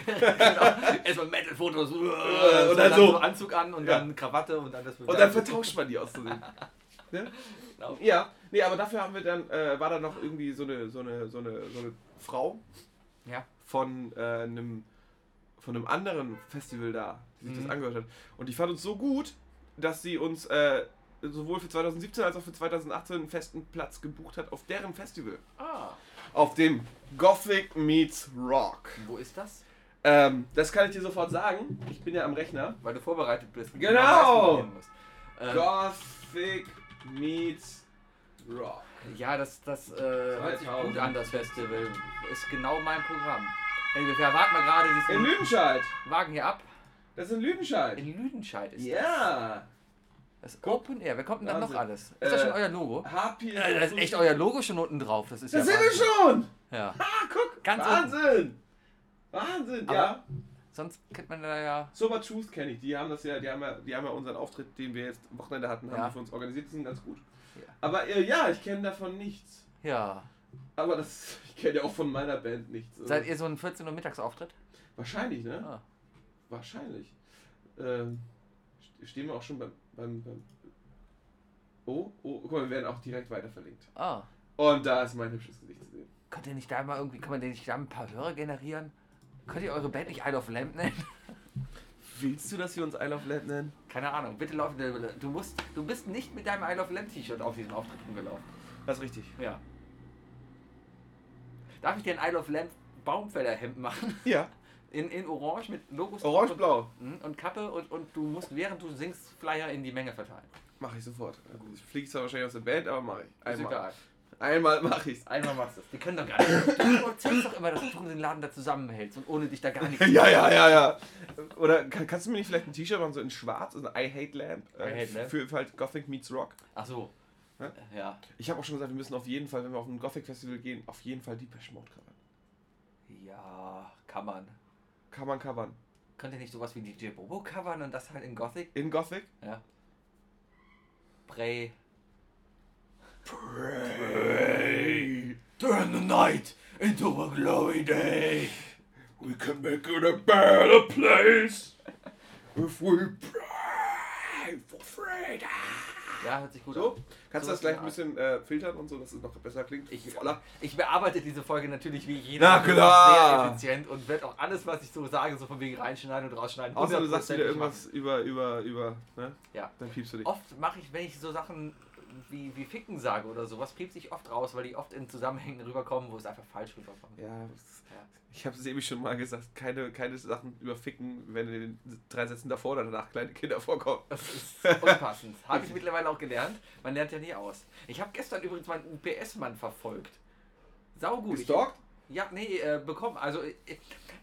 S1: genau. Erstmal Metal-Fotos. Und
S2: Und dann so.
S1: Anzug an und
S2: Ja.
S1: dann Krawatte und dann das mit
S2: Und dann vertauscht man die auszusehen. Ne?
S1: Genau.
S2: Ja, nee, aber dafür haben wir dann, äh, war da noch irgendwie so eine, so eine, so eine, so eine Frau
S1: Ja.
S2: von äh, einem von einem anderen Festival da, die sich
S1: Mhm.
S2: das angehört hat. Und die fand uns so gut, dass sie uns äh, sowohl für 2017 als auch für 2018 einen festen Platz gebucht hat auf deren Festival.
S1: Ah,
S2: Auf dem Gothic Meets Rock.
S1: wo ist das?
S2: Ähm, das kann ich dir sofort sagen. Ich bin ja am Rechner.
S1: Weil du vorbereitet bist.
S2: Genau.
S1: Genau. hin musst. Ähm,
S2: Gothic Meets Rock.
S1: Ja, das, das äh, hört sich gut
S2: 2000.
S1: an, das Festival. Ist genau mein Programm. Hey, wir verwarten mal gerade
S2: In
S1: diesen
S2: Lüdenscheid.
S1: Wagen hier ab.
S2: Das ist in Lüdenscheid.
S1: In Lüdenscheid ist
S2: Ja.
S1: das. Das Open Air. Wer kommt denn da noch
S2: Wahnsinn.
S1: alles? Ist das
S2: Äh,
S1: schon euer Logo?
S2: HP.
S1: Äh, das ist echt euer Logo schon unten drauf. Das ist
S2: Da
S1: ja
S2: sind wir
S1: Wahnsinn.
S2: schon.
S1: Ja.
S2: Ah, guck.
S1: Ganz
S2: Wahnsinn. Wahnsinn,
S1: Aber-
S2: ja.
S1: Sonst kennt man da ja.
S2: Sober Truth kenne ich. Die haben das ja, die haben ja, die haben ja unseren Auftritt, den wir jetzt am Wochenende hatten, haben
S1: Ja.
S2: die für uns organisiert, die sind ganz gut.
S1: Ja.
S2: Aber äh, ja, ich kenne davon nichts.
S1: Ja.
S2: Aber das, ich kenne ja auch von meiner Band nichts.
S1: Seid ihr so ein 14 Uhr Mittagsauftritt?
S2: Wahrscheinlich, ne?
S1: Ah.
S2: Wahrscheinlich. Ähm, st- stehen wir auch schon beim, beim, beim. Oh, oh, guck mal, wir werden auch direkt weiter verlinkt.
S1: ah.
S2: Und da ist mein hübsches Gesicht zu sehen.
S1: Könnt ihr nicht da mal irgendwie, kann man denn nicht da ein paar Hörer generieren? Könnt ihr eure Band nicht Isle of Lamp nennen?
S2: Willst du, dass wir uns Isle of Lamp nennen?
S1: Keine Ahnung, bitte lauf. Du musst, du bist nicht mit deinem Isle of Lamp T-Shirt auf diesen Auftritt rumgelaufen.
S2: Das ist richtig.
S1: Ja. Darf ich dir ein Isle of Lamp Baumfeller Hemd machen?
S2: Ja,
S1: In, in Orange mit Logos drauf
S2: orange-blau.
S1: und, und Kappe und, und du musst, während du singst, Flyer in die Menge verteilen.
S2: Mache ich sofort. Ich fliege zwar wahrscheinlich aus der Band, aber mache ich.
S1: Ist
S2: Einmal.
S1: egal.
S2: Einmal mache ich's.
S1: Einmal machst du es. Die können doch gar nicht. Du erzählst doch immer, dass du den Laden da zusammenhältst und ohne dich da gar nichts.
S2: Ja, ja, ja, ja. Oder kann, kannst du mir nicht vielleicht ein T-Shirt machen, so in schwarz, so ein I Hate Lamp?
S1: I Hate Lamp.
S2: Für, für halt Gothic meets Rock.
S1: Ach so.
S2: Hä?
S1: Ja.
S2: Ich habe auch schon gesagt, wir müssen auf jeden Fall, wenn wir auf ein Gothic Festival gehen, auf jeden Fall Depeche Mode covern.
S1: Ja, kann man.
S2: Kann man covern.
S1: Könnt ihr nicht sowas wie DJ Bobo covern und das halt in Gothic?
S2: In Gothic?
S1: Ja. Prey.
S5: Hey, turn the night into a glory day. We can make it a better place if we pray for freedom.
S1: Ja, hört sich gut
S2: So,
S1: an.
S2: kannst
S1: So
S2: du das
S1: ist
S2: gleich
S1: die
S2: ein bisschen äh, filtern und so, dass es noch besser klingt?
S1: Ich-
S2: voller.
S1: Ich bearbeite diese Folge natürlich wie jeder
S2: Na
S1: andere
S2: klar.
S1: sehr effizient und werde auch alles, was ich so sage, so von wegen reinschneiden und rausschneiden.
S2: Außer du sagst wieder
S1: 100%
S2: irgendwas über, über, über, ne?
S1: Ja.
S2: Dann piepst du dich.
S1: machen. Oft mache ich, wenn ich so Sachen wie, wie Ficken sage oder sowas, piepst ich oft raus, weil die oft in Zusammenhängen rüberkommen, wo es einfach falsch rüberkommt.
S2: Ja, das-
S1: Ja.
S2: ich habe es eben schon mal gesagt, keine, keine Sachen über Ficken, wenn in den drei Sätzen davor oder danach kleine Kinder vorkommen.
S1: Das ist unpassend. Habe ich mittlerweile auch gelernt. Man lernt ja nie aus. Ich habe gestern übrigens meinen UPS-Mann verfolgt. Saugut. Ich-
S2: Gestalkt?
S1: Ja, nee, äh, bekommen. Also ich,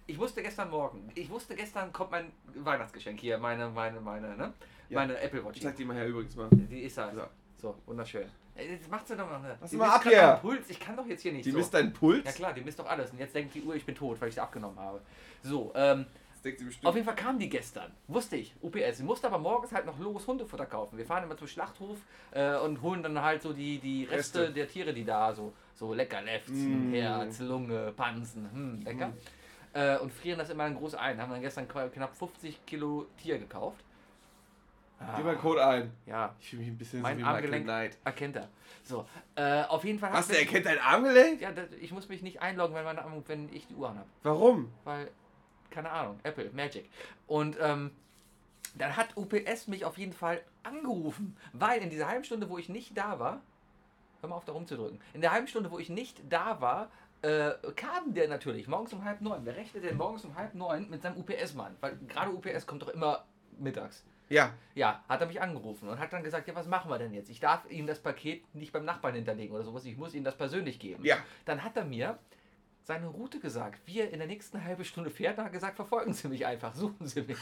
S1: ich wusste gestern Morgen, ich wusste gestern kommt mein Weihnachtsgeschenk hier, meine, meine, meine, ne?
S2: Ja.
S1: Meine Apple Watch.
S2: Ich sag die mal her übrigens mal.
S1: Die ist da.
S2: So.
S1: So, wunderschön. Ey, Jetzt macht sie doch noch eine.
S2: Lass
S1: Die
S2: mal
S1: misst
S2: ab
S1: grad
S2: hier.
S1: meinen Puls. Ich kann doch jetzt hier nicht
S2: Die
S1: so.
S2: misst deinen Puls?
S1: ja klar, die misst doch alles. Und jetzt denkt die Uhr, ich bin tot, weil ich sie abgenommen habe. So, ähm,
S2: Das denkt sie bestimmt.
S1: auf jeden Fall kamen die gestern. Wusste ich. UPS. Sie musste aber morgens halt noch Logos Hundefutter kaufen. Wir fahren immer zum Schlachthof äh, und holen dann halt so die, die Reste,
S2: Reste.
S1: der Tiere, die da so, so lecker lefzen,
S2: Mm.
S1: Herz, Lunge, Pansen,
S2: Mhm.
S1: hm, lecker. Äh, und frieren das immer dann groß ein. Haben dann gestern knapp knapp 50 Kilo Tier gekauft.
S2: Gib mal einen Code ein.
S1: Ja,
S2: Ich fühle mich ein bisschen
S1: Mein
S2: so wie Michael
S1: Armgelenk-
S2: Knight.
S1: erkennt er. So, äh, auf jeden Fall
S2: Was,
S1: hat
S2: der
S1: mich-
S2: erkennt dein Armgelenk?
S1: Ja, das, ich muss mich nicht einloggen, wenn, meine, Ahnung, wenn ich die Uhr anhabe.
S2: Warum?
S1: weil, keine Ahnung, Apple, Magic. Und ähm, dann hat UPS mich auf jeden Fall angerufen, weil in dieser halben Stunde, wo ich nicht da war, hör mal auf da rumzudrücken, in der halben Stunde, wo ich nicht da war, äh, kam der natürlich morgens um halb neun. Wer rechnet denn morgens um halb neun mit seinem UPS-Mann? Weil gerade UPS kommt doch immer mittags.
S2: Ja,
S1: Ja, hat er mich angerufen und hat dann gesagt, ja, was machen wir denn jetzt? Ich darf Ihnen das Paket nicht beim Nachbarn hinterlegen oder sowas, ich muss Ihnen das persönlich geben.
S2: ja.
S1: Dann hat er mir seine Route gesagt, wie er in der nächsten halben Stunde fährt, dann hat er gesagt, verfolgen Sie mich einfach, suchen Sie mich.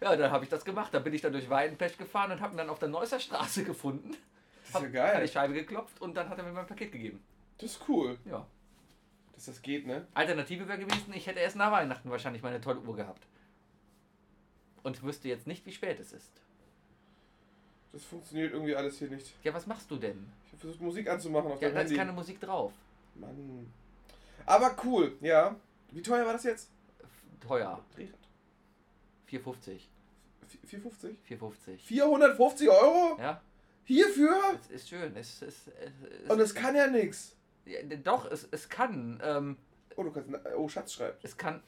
S1: ja, dann habe ich das gemacht, da bin ich dann durch Weidenpech gefahren und habe ihn dann auf der Neusser Straße gefunden,
S2: Das ist
S1: Hab
S2: Ah, ja
S1: an die
S2: geil.
S1: Scheibe geklopft und dann hat er mir mein Paket gegeben.
S2: Das ist cool,
S1: Ja.
S2: dass das geht, ne?
S1: Alternative wäre gewesen, ich hätte erst nach Weihnachten wahrscheinlich meine tolle Uhr gehabt. Und wüsste jetzt nicht, wie spät es ist.
S2: Das funktioniert irgendwie alles hier nicht.
S1: Ja, was machst du denn?
S2: Ich habe versucht, Musik anzumachen auf
S1: Ja,
S2: deinem
S1: da ist
S2: Handy.
S1: keine Musik drauf.
S2: Mann. Aber cool, ja. Wie teuer war das jetzt?
S1: Teuer.
S2: Drehrad.
S1: 450.
S2: 450?
S1: 450.
S2: 450 Euro?
S1: Ja,
S2: Hierfür?
S1: es ist schön. Es ist. Es, es,
S2: Und das kann ja nix.
S1: ja, doch, es, es kann. Ähm,
S2: Oh, du kannst. Oh, Schatz schreibt.
S1: es kann.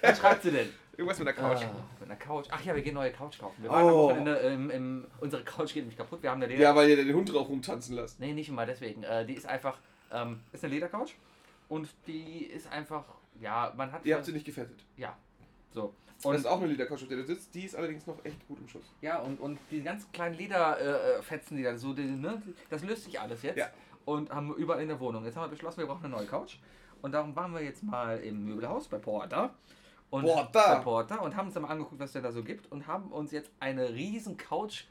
S1: Was schreibt sie denn?
S2: Irgendwas mit der Couch.
S1: Ah, mit einer Couch. Ach ja, wir gehen neue Couch kaufen. Wir
S2: Oh.
S1: waren am Wochenende im, im, Unsere Couch geht nämlich kaputt. Wir haben eine Leder.
S2: Ja, weil ihr den Hund drauf rumtanzen lasst.
S1: Nee, nicht immer deswegen. Äh, die ist einfach. Ähm, ist eine Ledercouch. Und die ist einfach. Ja, man hat.
S2: Ihr habt sie nicht gefettet.
S1: Ja. So.
S2: Und das ist auch eine Ledercouch, auf der du sitzt. Die ist allerdings noch echt gut im Schuss.
S1: Ja, und, und die ganzen kleinen Lederfetzen, äh, Fetzen, die da so, die, ne, das löst sich alles jetzt.
S2: Ja.
S1: Und haben wir überall in der Wohnung. Jetzt haben wir beschlossen, wir brauchen eine neue Couch. Und darum waren wir jetzt mal im Möbelhaus bei Porter. Und
S2: Porter.
S1: Bei Porter und haben uns dann mal angeguckt, was der da so gibt. Und haben uns jetzt eine riesen Couch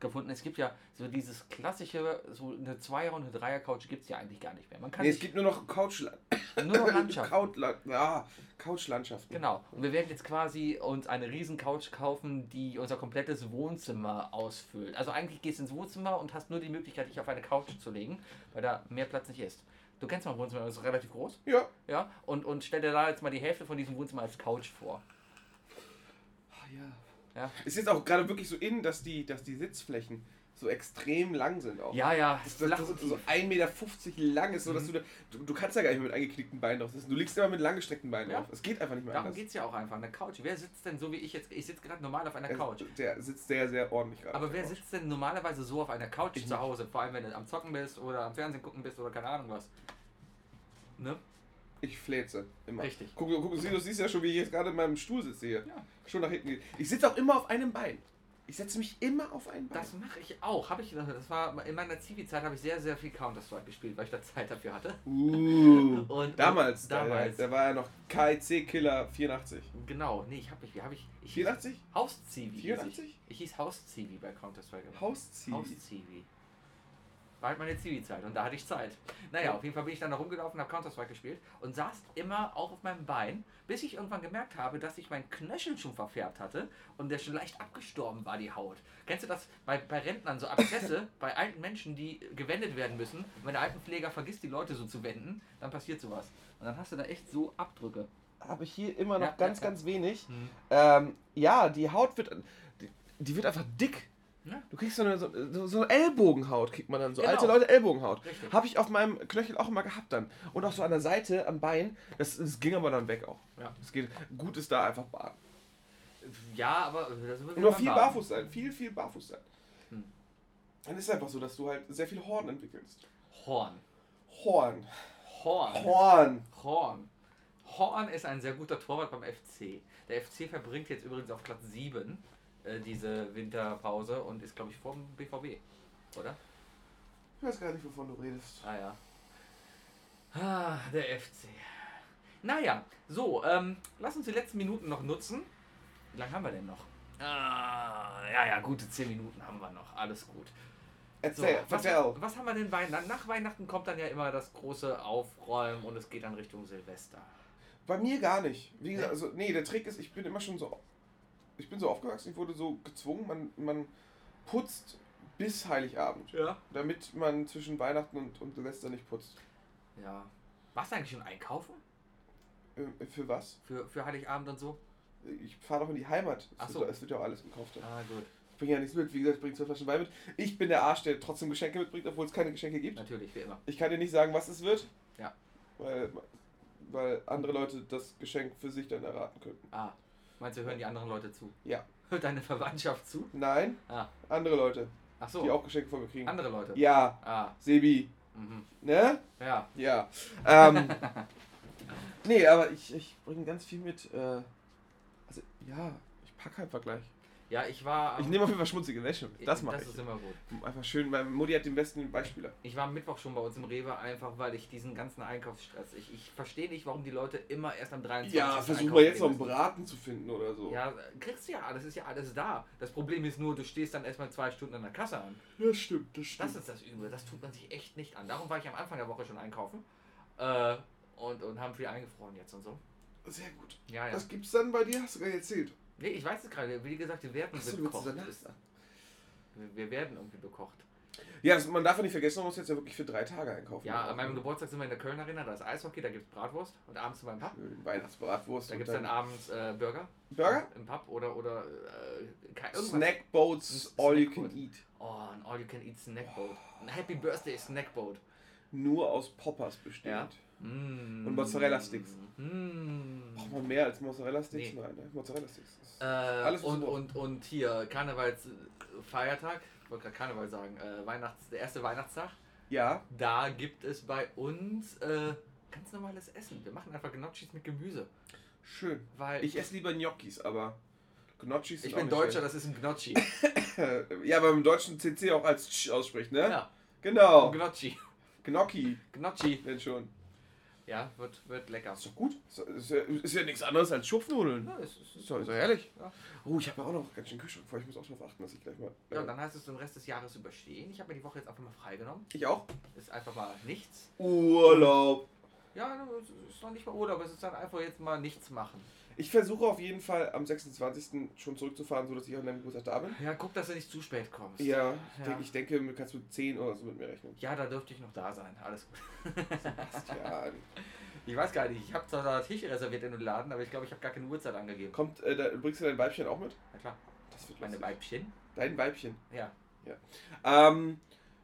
S1: gefunden. Es gibt ja so dieses klassische, so eine Zweier- und eine Dreier-Couch gibt es ja eigentlich gar nicht mehr. Man kann
S2: Nee, es
S1: sich
S2: gibt nur noch Couchland.
S1: nur noch Landschaft.
S2: Couchland. Ja, Couchlandschaften.
S1: Genau. Und wir werden jetzt quasi uns eine riesen Couch kaufen, die unser komplettes Wohnzimmer ausfüllt. Also eigentlich gehst du ins Wohnzimmer und hast nur die Möglichkeit, dich auf eine Couch zu legen, weil da mehr Platz nicht ist. Du kennst mein Wohnzimmer, das ist relativ groß.
S2: Ja.
S1: Ja. Und, und stell dir da jetzt mal die Hälfte von diesem Wohnzimmer als Couch vor.
S2: Ah, ja.
S1: Ja.
S2: Ist jetzt auch gerade wirklich so in, dass die, dass die Sitzflächen so extrem lang sind auch.
S1: Ja, Mhm. ja.
S2: Das, das, das so 1,50 Meter lang ist, so dass du, da, du du kannst ja gar nicht mehr mit eingeknickten Beinen drauf sitzen. Du liegst immer mit langgestreckten Beinen
S1: Ja.
S2: drauf. Es geht einfach nicht mehr
S1: Darum
S2: anders.
S1: geht es ja auch einfach. Eine Couch. Wer sitzt denn so wie ich jetzt? Ich sitze gerade normal auf einer
S2: Also,
S1: Couch.
S2: Der sitzt sehr, sehr ordentlich gerade.
S1: Aber
S2: auf der
S1: wer
S2: Couch.
S1: sitzt denn normalerweise so auf einer Couch zu Hause? Vor allem, wenn du am Zocken bist oder am Fernsehen gucken bist oder keine Ahnung was. Ne?
S2: Ich fläze. Immer.
S1: Richtig.
S2: Guck, guck, sie- du siehst ja schon, wie ich jetzt gerade in meinem Stuhl sitze hier.
S1: Ja.
S2: Schon nach hinten geht. Ich sitze auch immer auf einem Bein. Ich setze mich immer auf ein Bein.
S1: Das mache ich auch. Habe ich das war in meiner Zivi-Zeit habe ich sehr sehr viel Counter Strike gespielt, weil ich da Zeit dafür hatte.
S2: Uh.
S1: Und
S2: damals,
S1: und-
S2: damals.
S1: damals.
S2: Da, war ja noch KIC Killer 84.
S1: Genau, nee, ich habe mich, wie habe ich ich hieß
S2: 84?
S1: Haus-Zivi. hieß
S2: 84?
S1: Ich. ich hieß Haus-Zivi bei Counter Strike.
S2: Hauszieh.
S1: Haus-Zivi. War halt meine Zivi-Zeit und da hatte ich Zeit. Naja, auf jeden Fall bin ich dann da rumgelaufen, habe Counter Strike gespielt und saß immer auch auf meinem Bein, bis ich irgendwann gemerkt habe, dass ich meinen Knöchel schon verfärbt hatte und der schon leicht abgestorben war, die Haut. Kennst du das bei, bei Rentnern, so Abszesse, bei alten Menschen, die gewendet werden müssen? Und wenn der Altenpfleger vergisst, die Leute so zu wenden, dann passiert sowas. Und dann hast du da echt so Abdrücke.
S2: Habe ich hier immer noch
S1: Ja,
S2: ganz,
S1: ja, ja.
S2: ganz wenig.
S1: Hm.
S2: Ähm, ja, die Haut wird. Die, die wird einfach dick.
S1: Ja.
S2: Du kriegst so eine, so, so so eine Ellbogenhaut, kriegt man dann so.
S1: Genau.
S2: Alte Leute Ellbogenhaut.
S1: Richtig.
S2: Habe ich auf meinem Knöchel auch immer gehabt dann. Und auch so an der Seite, am Bein. Das, das ging aber dann weg auch.
S1: Ja.
S2: Das geht, gut ist da einfach baden.
S1: Ja, aber das wird
S2: Und auch viel barfuß sein. Viel, viel barfuß sein.
S1: Hm.
S2: Dann ist es einfach so, dass du halt sehr viel Horn entwickelst.
S1: Horn.
S2: Horn.
S1: Horn.
S2: Horn.
S1: Horn. Horn ist ein sehr guter Torwart beim FC. Der FC verbringt jetzt übrigens auf Platz 7 äh, diese Winterpause und ist, glaube ich, vor dem BVB. Oder?
S2: Ich weiß gar nicht, wovon du redest.
S1: Ah ja. Ah, der FC. Naja, so, ähm, lass uns die letzten Minuten noch nutzen. Wie lange haben wir denn noch? Ah, ja, ja, gute 10 Minuten haben wir noch. Alles gut. So,
S2: Erzähl,
S1: was,
S2: vertell.
S1: was haben wir denn Weihnachten? Nach Weihnachten kommt dann ja immer das große Aufräumen und es geht dann Richtung Silvester.
S2: Bei mir gar nicht. Wie gesagt, also, nee, der Trick ist, ich bin immer schon so. Ich bin so aufgewachsen, ich wurde so gezwungen, man, man putzt bis Heiligabend,
S1: Ja.
S2: damit man zwischen Weihnachten und, und Silvester nicht putzt.
S1: Ja. Warst du eigentlich schon einkaufen?
S2: Ähm, für was?
S1: Für, für Heiligabend und so?
S2: Ich fahre doch in die Heimat.
S1: Ach
S2: Es,
S1: so.
S2: wird, es wird ja auch alles gekauft.
S1: Ah, gut.
S2: Ich bringe ja nichts mit. Wie gesagt, ich bringe zwei Flaschen Wein mit. Ich bin der Arsch, der trotzdem Geschenke mitbringt, obwohl es keine Geschenke gibt.
S1: Natürlich, wie immer.
S2: Ich kann dir nicht sagen, was es wird.
S1: Ja.
S2: Weil, weil andere Leute das Geschenk für sich dann erraten könnten.
S1: Ah. Meinst du, hören die anderen Leute zu?
S2: Ja.
S1: Hört deine Verwandtschaft zu?
S2: Nein,
S1: Ah.
S2: andere Leute,
S1: Ach so.
S2: die auch Geschenke von mir kriegen.
S1: Andere Leute.
S2: Ja,
S1: Ah.
S2: Sebi, Ne?
S1: Ja.
S2: Ja. Ähm, nee, aber ich, ich bringe ganz viel mit. Äh, also, ja, ich packe einfach gleich.
S1: Ja, ich war.
S2: Ich
S1: am-
S2: nehme auf jeden Fall schmutzige Wäsche mit. Das mache
S1: Das ist
S2: ich.
S1: immer gut.
S2: Einfach schön, meine Mutti hat den besten Beispieler.
S1: Ich war am Mittwoch schon bei uns im Rewe, einfach weil ich diesen ganzen Einkaufsstress. Ich, ich verstehe nicht, warum die Leute immer erst am 23.
S2: Ja, versuchen
S1: einkaufen
S2: wir jetzt noch einen
S1: gehen müssen.
S2: Braten zu finden oder so.
S1: Ja, kriegst du ja alles, ist ja alles da. Das Problem ist nur, du stehst dann erstmal zwei Stunden an der Kasse an.
S2: das stimmt, das
S1: Das ist das Übel, das tut man sich echt nicht an. Darum war ich am Anfang der Woche schon einkaufen äh, und, und haben viel eingefroren jetzt und so.
S2: Sehr gut.
S1: Ah, Ja, ja.
S2: Was gibt's dann bei dir? Hast du gar nicht erzählt.
S1: Nee, ich weiß es gerade, wie gesagt, wir werden
S2: Achso, du willst
S1: bekocht.
S2: danach
S1: Ist, wir wir werden irgendwie bekocht.
S2: Ja, also man darf ja nicht vergessen, man muss jetzt ja wirklich für drei Tage einkaufen.
S1: Ja, an meinem Geburtstag sind wir in der Köln Arena, da ist Eishockey, da gibt's Bratwurst und abends sind wir im Pub.
S2: Schön, Weihnachtsbratwurst.
S1: Da
S2: und
S1: gibt es dann abends äh, Burger.
S2: Burger?
S1: Im Pub oder, oder äh, kein- irgendwas.
S2: Snackboats,
S1: Snack-
S2: all you can
S1: Snackboat.
S2: eat.
S1: Oh, ein All-You-Can-Eat Snackboat. Ein Happy Birthday Snackboat.
S2: Nur aus Poppers bestimmt.
S1: Ja. Mm.
S2: Und Mozzarella-Sticks.
S1: Mm.
S2: Braucht man mehr als Mozzarella-Sticks?
S1: Nee.
S2: Nein, ne? Mozzarella-Sticks. ist-
S1: Äh,
S2: Alles, was
S1: und,
S2: du
S1: und, und hier, Karnevalsfeiertag. Ich wollte gerade Karneval sagen. Äh, Weihnachts-, der erste Weihnachtstag.
S2: Ja,
S1: Da gibt es bei uns äh, ganz normales Essen. Wir machen einfach Gnocchis mit Gemüse.
S2: schön.
S1: Weil
S2: Ich esse lieber Gnocchis, aber Gnocchis
S1: Äh.
S2: sind
S1: ich
S2: auch
S1: bin
S2: nicht
S1: Deutscher, das ist ein Gnocchi.
S2: schlecht. Äh, Ja, aber im deutschen CC auch als Tsch ausspricht, ne?
S1: ja,
S2: Genau.
S1: Gnocchi.
S2: Gnocchi,
S1: Gnocchi.
S2: wenn schon.
S1: Ja, wird, wird lecker.
S2: Ist doch gut. Ist, ist, ja, ist ja nichts anderes als Schupfnudeln.
S1: Ja, es- es-
S2: Ist doch, ist doch herrlich.
S1: Ja.
S2: Oh, ich habe ja auch noch ganz schön Kühlschrank vor. Ich muss auch darauf achten, dass ich gleich mal.
S1: Ja,
S2: äh,
S1: und dann heißt es den Rest des Jahres überstehen. Ich habe mir die Woche jetzt einfach mal freigenommen.
S2: Ich auch.
S1: Ist einfach mal nichts.
S2: Urlaub.
S1: Ja, es ist noch nicht mal Urlaub, es ist dann einfach jetzt mal nichts machen.
S2: Ich versuche auf jeden Fall am 26. schon zurückzufahren, sodass ich an deinem Geburtstag da bin.
S1: Ja, guck, dass du nicht zu spät kommst.
S2: Ja, ich
S1: Ja.
S2: Denk, ich denke, du kannst mit 10 oder so mit mir rechnen.
S1: Ja, da dürfte ich noch da sein. Alles gut.
S2: Tja,
S1: Ich weiß gar nicht, ich habe zwar da Tisch reserviert in den Laden, aber ich glaube, ich habe gar keine Uhrzeit angegeben.
S2: kommt, äh, da, bringst du dein Weibchen auch mit?
S1: Na klar,
S2: Das wird
S1: meine
S2: lustig.
S1: Weibchen.
S2: Dein Weibchen.
S1: Ja.
S2: Ähm,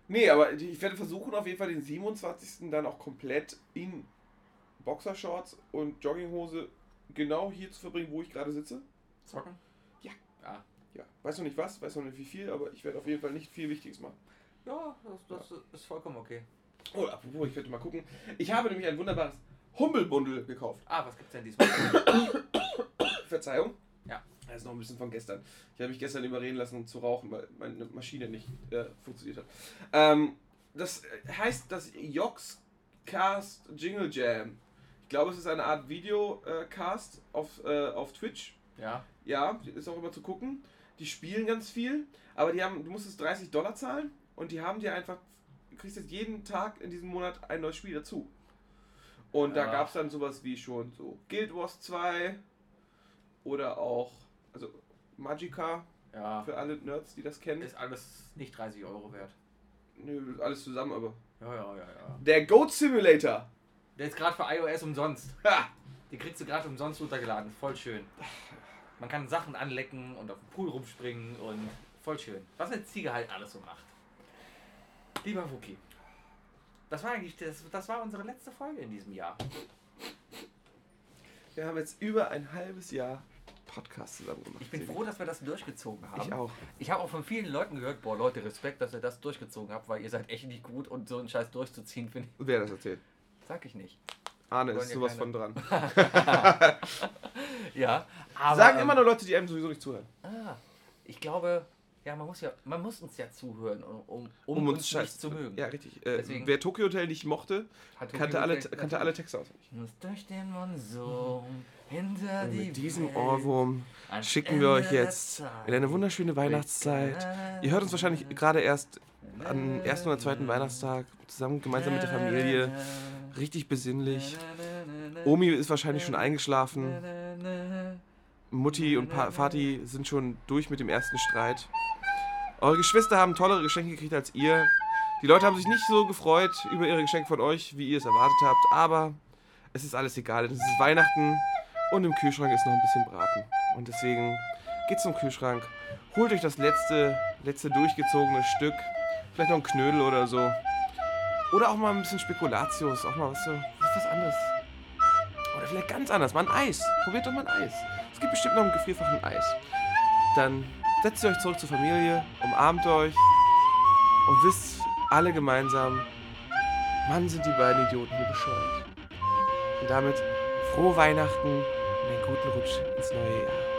S2: nee, aber ich werde versuchen, auf jeden Fall den 27. dann auch komplett in Boxershorts und Jogginghose genau hier zu verbringen, wo ich gerade sitze.
S1: Zocken?
S2: Ja.
S1: Ja, Ah.
S2: Ja, weiß noch nicht was, weiß noch nicht wie viel, aber ich werde auf jeden Fall nicht viel Wichtiges machen.
S1: ja das, das ist vollkommen okay.
S2: Oh, apropos, ich werde mal gucken. Ich habe nämlich ein wunderbares Hummelbundel gekauft.
S1: Ah, was gibt's denn diesmal?
S2: Verzeihung.
S1: Ja.
S2: Das ist noch ein bisschen von gestern. Ich habe mich gestern überreden lassen um zu rauchen, weil meine Maschine nicht äh, funktioniert hat. Ähm, das heißt das Jox Cast Jingle Jam. Ich glaube, es ist eine Art Videocast äh, Cast auf, äh, auf Twitch.
S1: ja.
S2: Ja, ist auch immer zu gucken. Die spielen ganz viel, aber die haben, du musstest 30 Dollar zahlen und die haben dir einfach, du kriegst jetzt jeden Tag in diesem Monat ein neues Spiel dazu. Und da
S1: Ja.
S2: gab es dann sowas wie schon so Guild Wars 2 oder auch, also Magica
S1: Ja.
S2: für alle Nerds, die das kennen.
S1: Ist alles nicht 30 Euro wert.
S2: Nö, alles zusammen, aber.
S1: Ja, ja, ja, ja.
S2: Der Goat Simulator!
S1: Der ist gerade für iOS umsonst.
S2: Ha!
S1: Die kriegst du gerade umsonst runtergeladen. Voll schön. Man kann Sachen anlecken und auf den Pool rumspringen und voll schön. Was eine Ziege halt alles so macht. Lieber Wookie. Das war eigentlich das, das war unsere letzte Folge in diesem Jahr.
S2: Wir haben jetzt über ein halbes Jahr Podcast zusammen gemacht.
S1: Ich bin froh, dass wir das durchgezogen haben.
S2: Ich auch.
S1: Ich habe auch von vielen Leuten gehört, boah Leute, Respekt, dass ihr das durchgezogen habt, weil ihr seid echt nicht gut und so einen Scheiß durchzuziehen, finde
S2: Wer das erzählt?
S1: ich, sag ich nicht.
S2: Arne
S1: Wollen
S2: ist
S1: ja
S2: sowas
S1: keine-
S2: von dran.
S1: Ja, aber
S2: Sagen
S1: ähm,
S2: immer nur Leute, die einem sowieso nicht zuhören.
S1: Ah, ich glaube, ja, man muss ja, man muss uns ja zuhören, um, um, um, uns, nicht zu mögen.
S2: Ja, richtig. Äh,
S1: Deswegen-
S2: wer Tokyo Hotel nicht mochte,
S1: Hat Tokyo
S2: kannte, alle,
S1: Hotel-
S2: kannte alle Texte auswendig.
S1: Muss durch den Monsun hinter die
S2: Mit diesem
S1: Welt.
S2: Ohrwurm
S1: Ans
S2: schicken wir
S1: Ende
S2: euch
S1: der
S2: jetzt
S1: Zeit.
S2: in eine wunderschöne Weihnachtszeit. Ihr hört uns wahrscheinlich gerade erst am ersten oder zweiten Weihnachtstag zusammen gemeinsam mit der Familie. Richtig besinnlich. Omi ist wahrscheinlich schon eingeschlafen. Mutti und pa Vati sind schon durch mit dem ersten Streit. Eure Geschwister haben tollere Geschenke gekriegt als ihr. Die Leute haben sich nicht so gefreut über ihre Geschenke von euch, wie ihr es erwartet habt, aber es ist alles egal, denn es ist Weihnachten und im Kühlschrank ist noch ein bisschen Braten. Und deswegen geht zum Kühlschrank, holt euch das letzte, letzte durchgezogene Stück, vielleicht noch ein Knödel oder so. Oder auch mal ein bisschen Spekulatius, auch mal was so, was, was anderes. Oder vielleicht ganz anders, mal ein Eis. Probiert doch mal ein Eis. Es gibt bestimmt noch im Gefrierfach ein Eis. Dann setzt ihr euch zurück zur Familie, umarmt euch und wisst alle gemeinsam, Mann, sind die beiden Idioten hier bescheuert. Und damit frohe Weihnachten und einen guten Rutsch ins neue Jahr.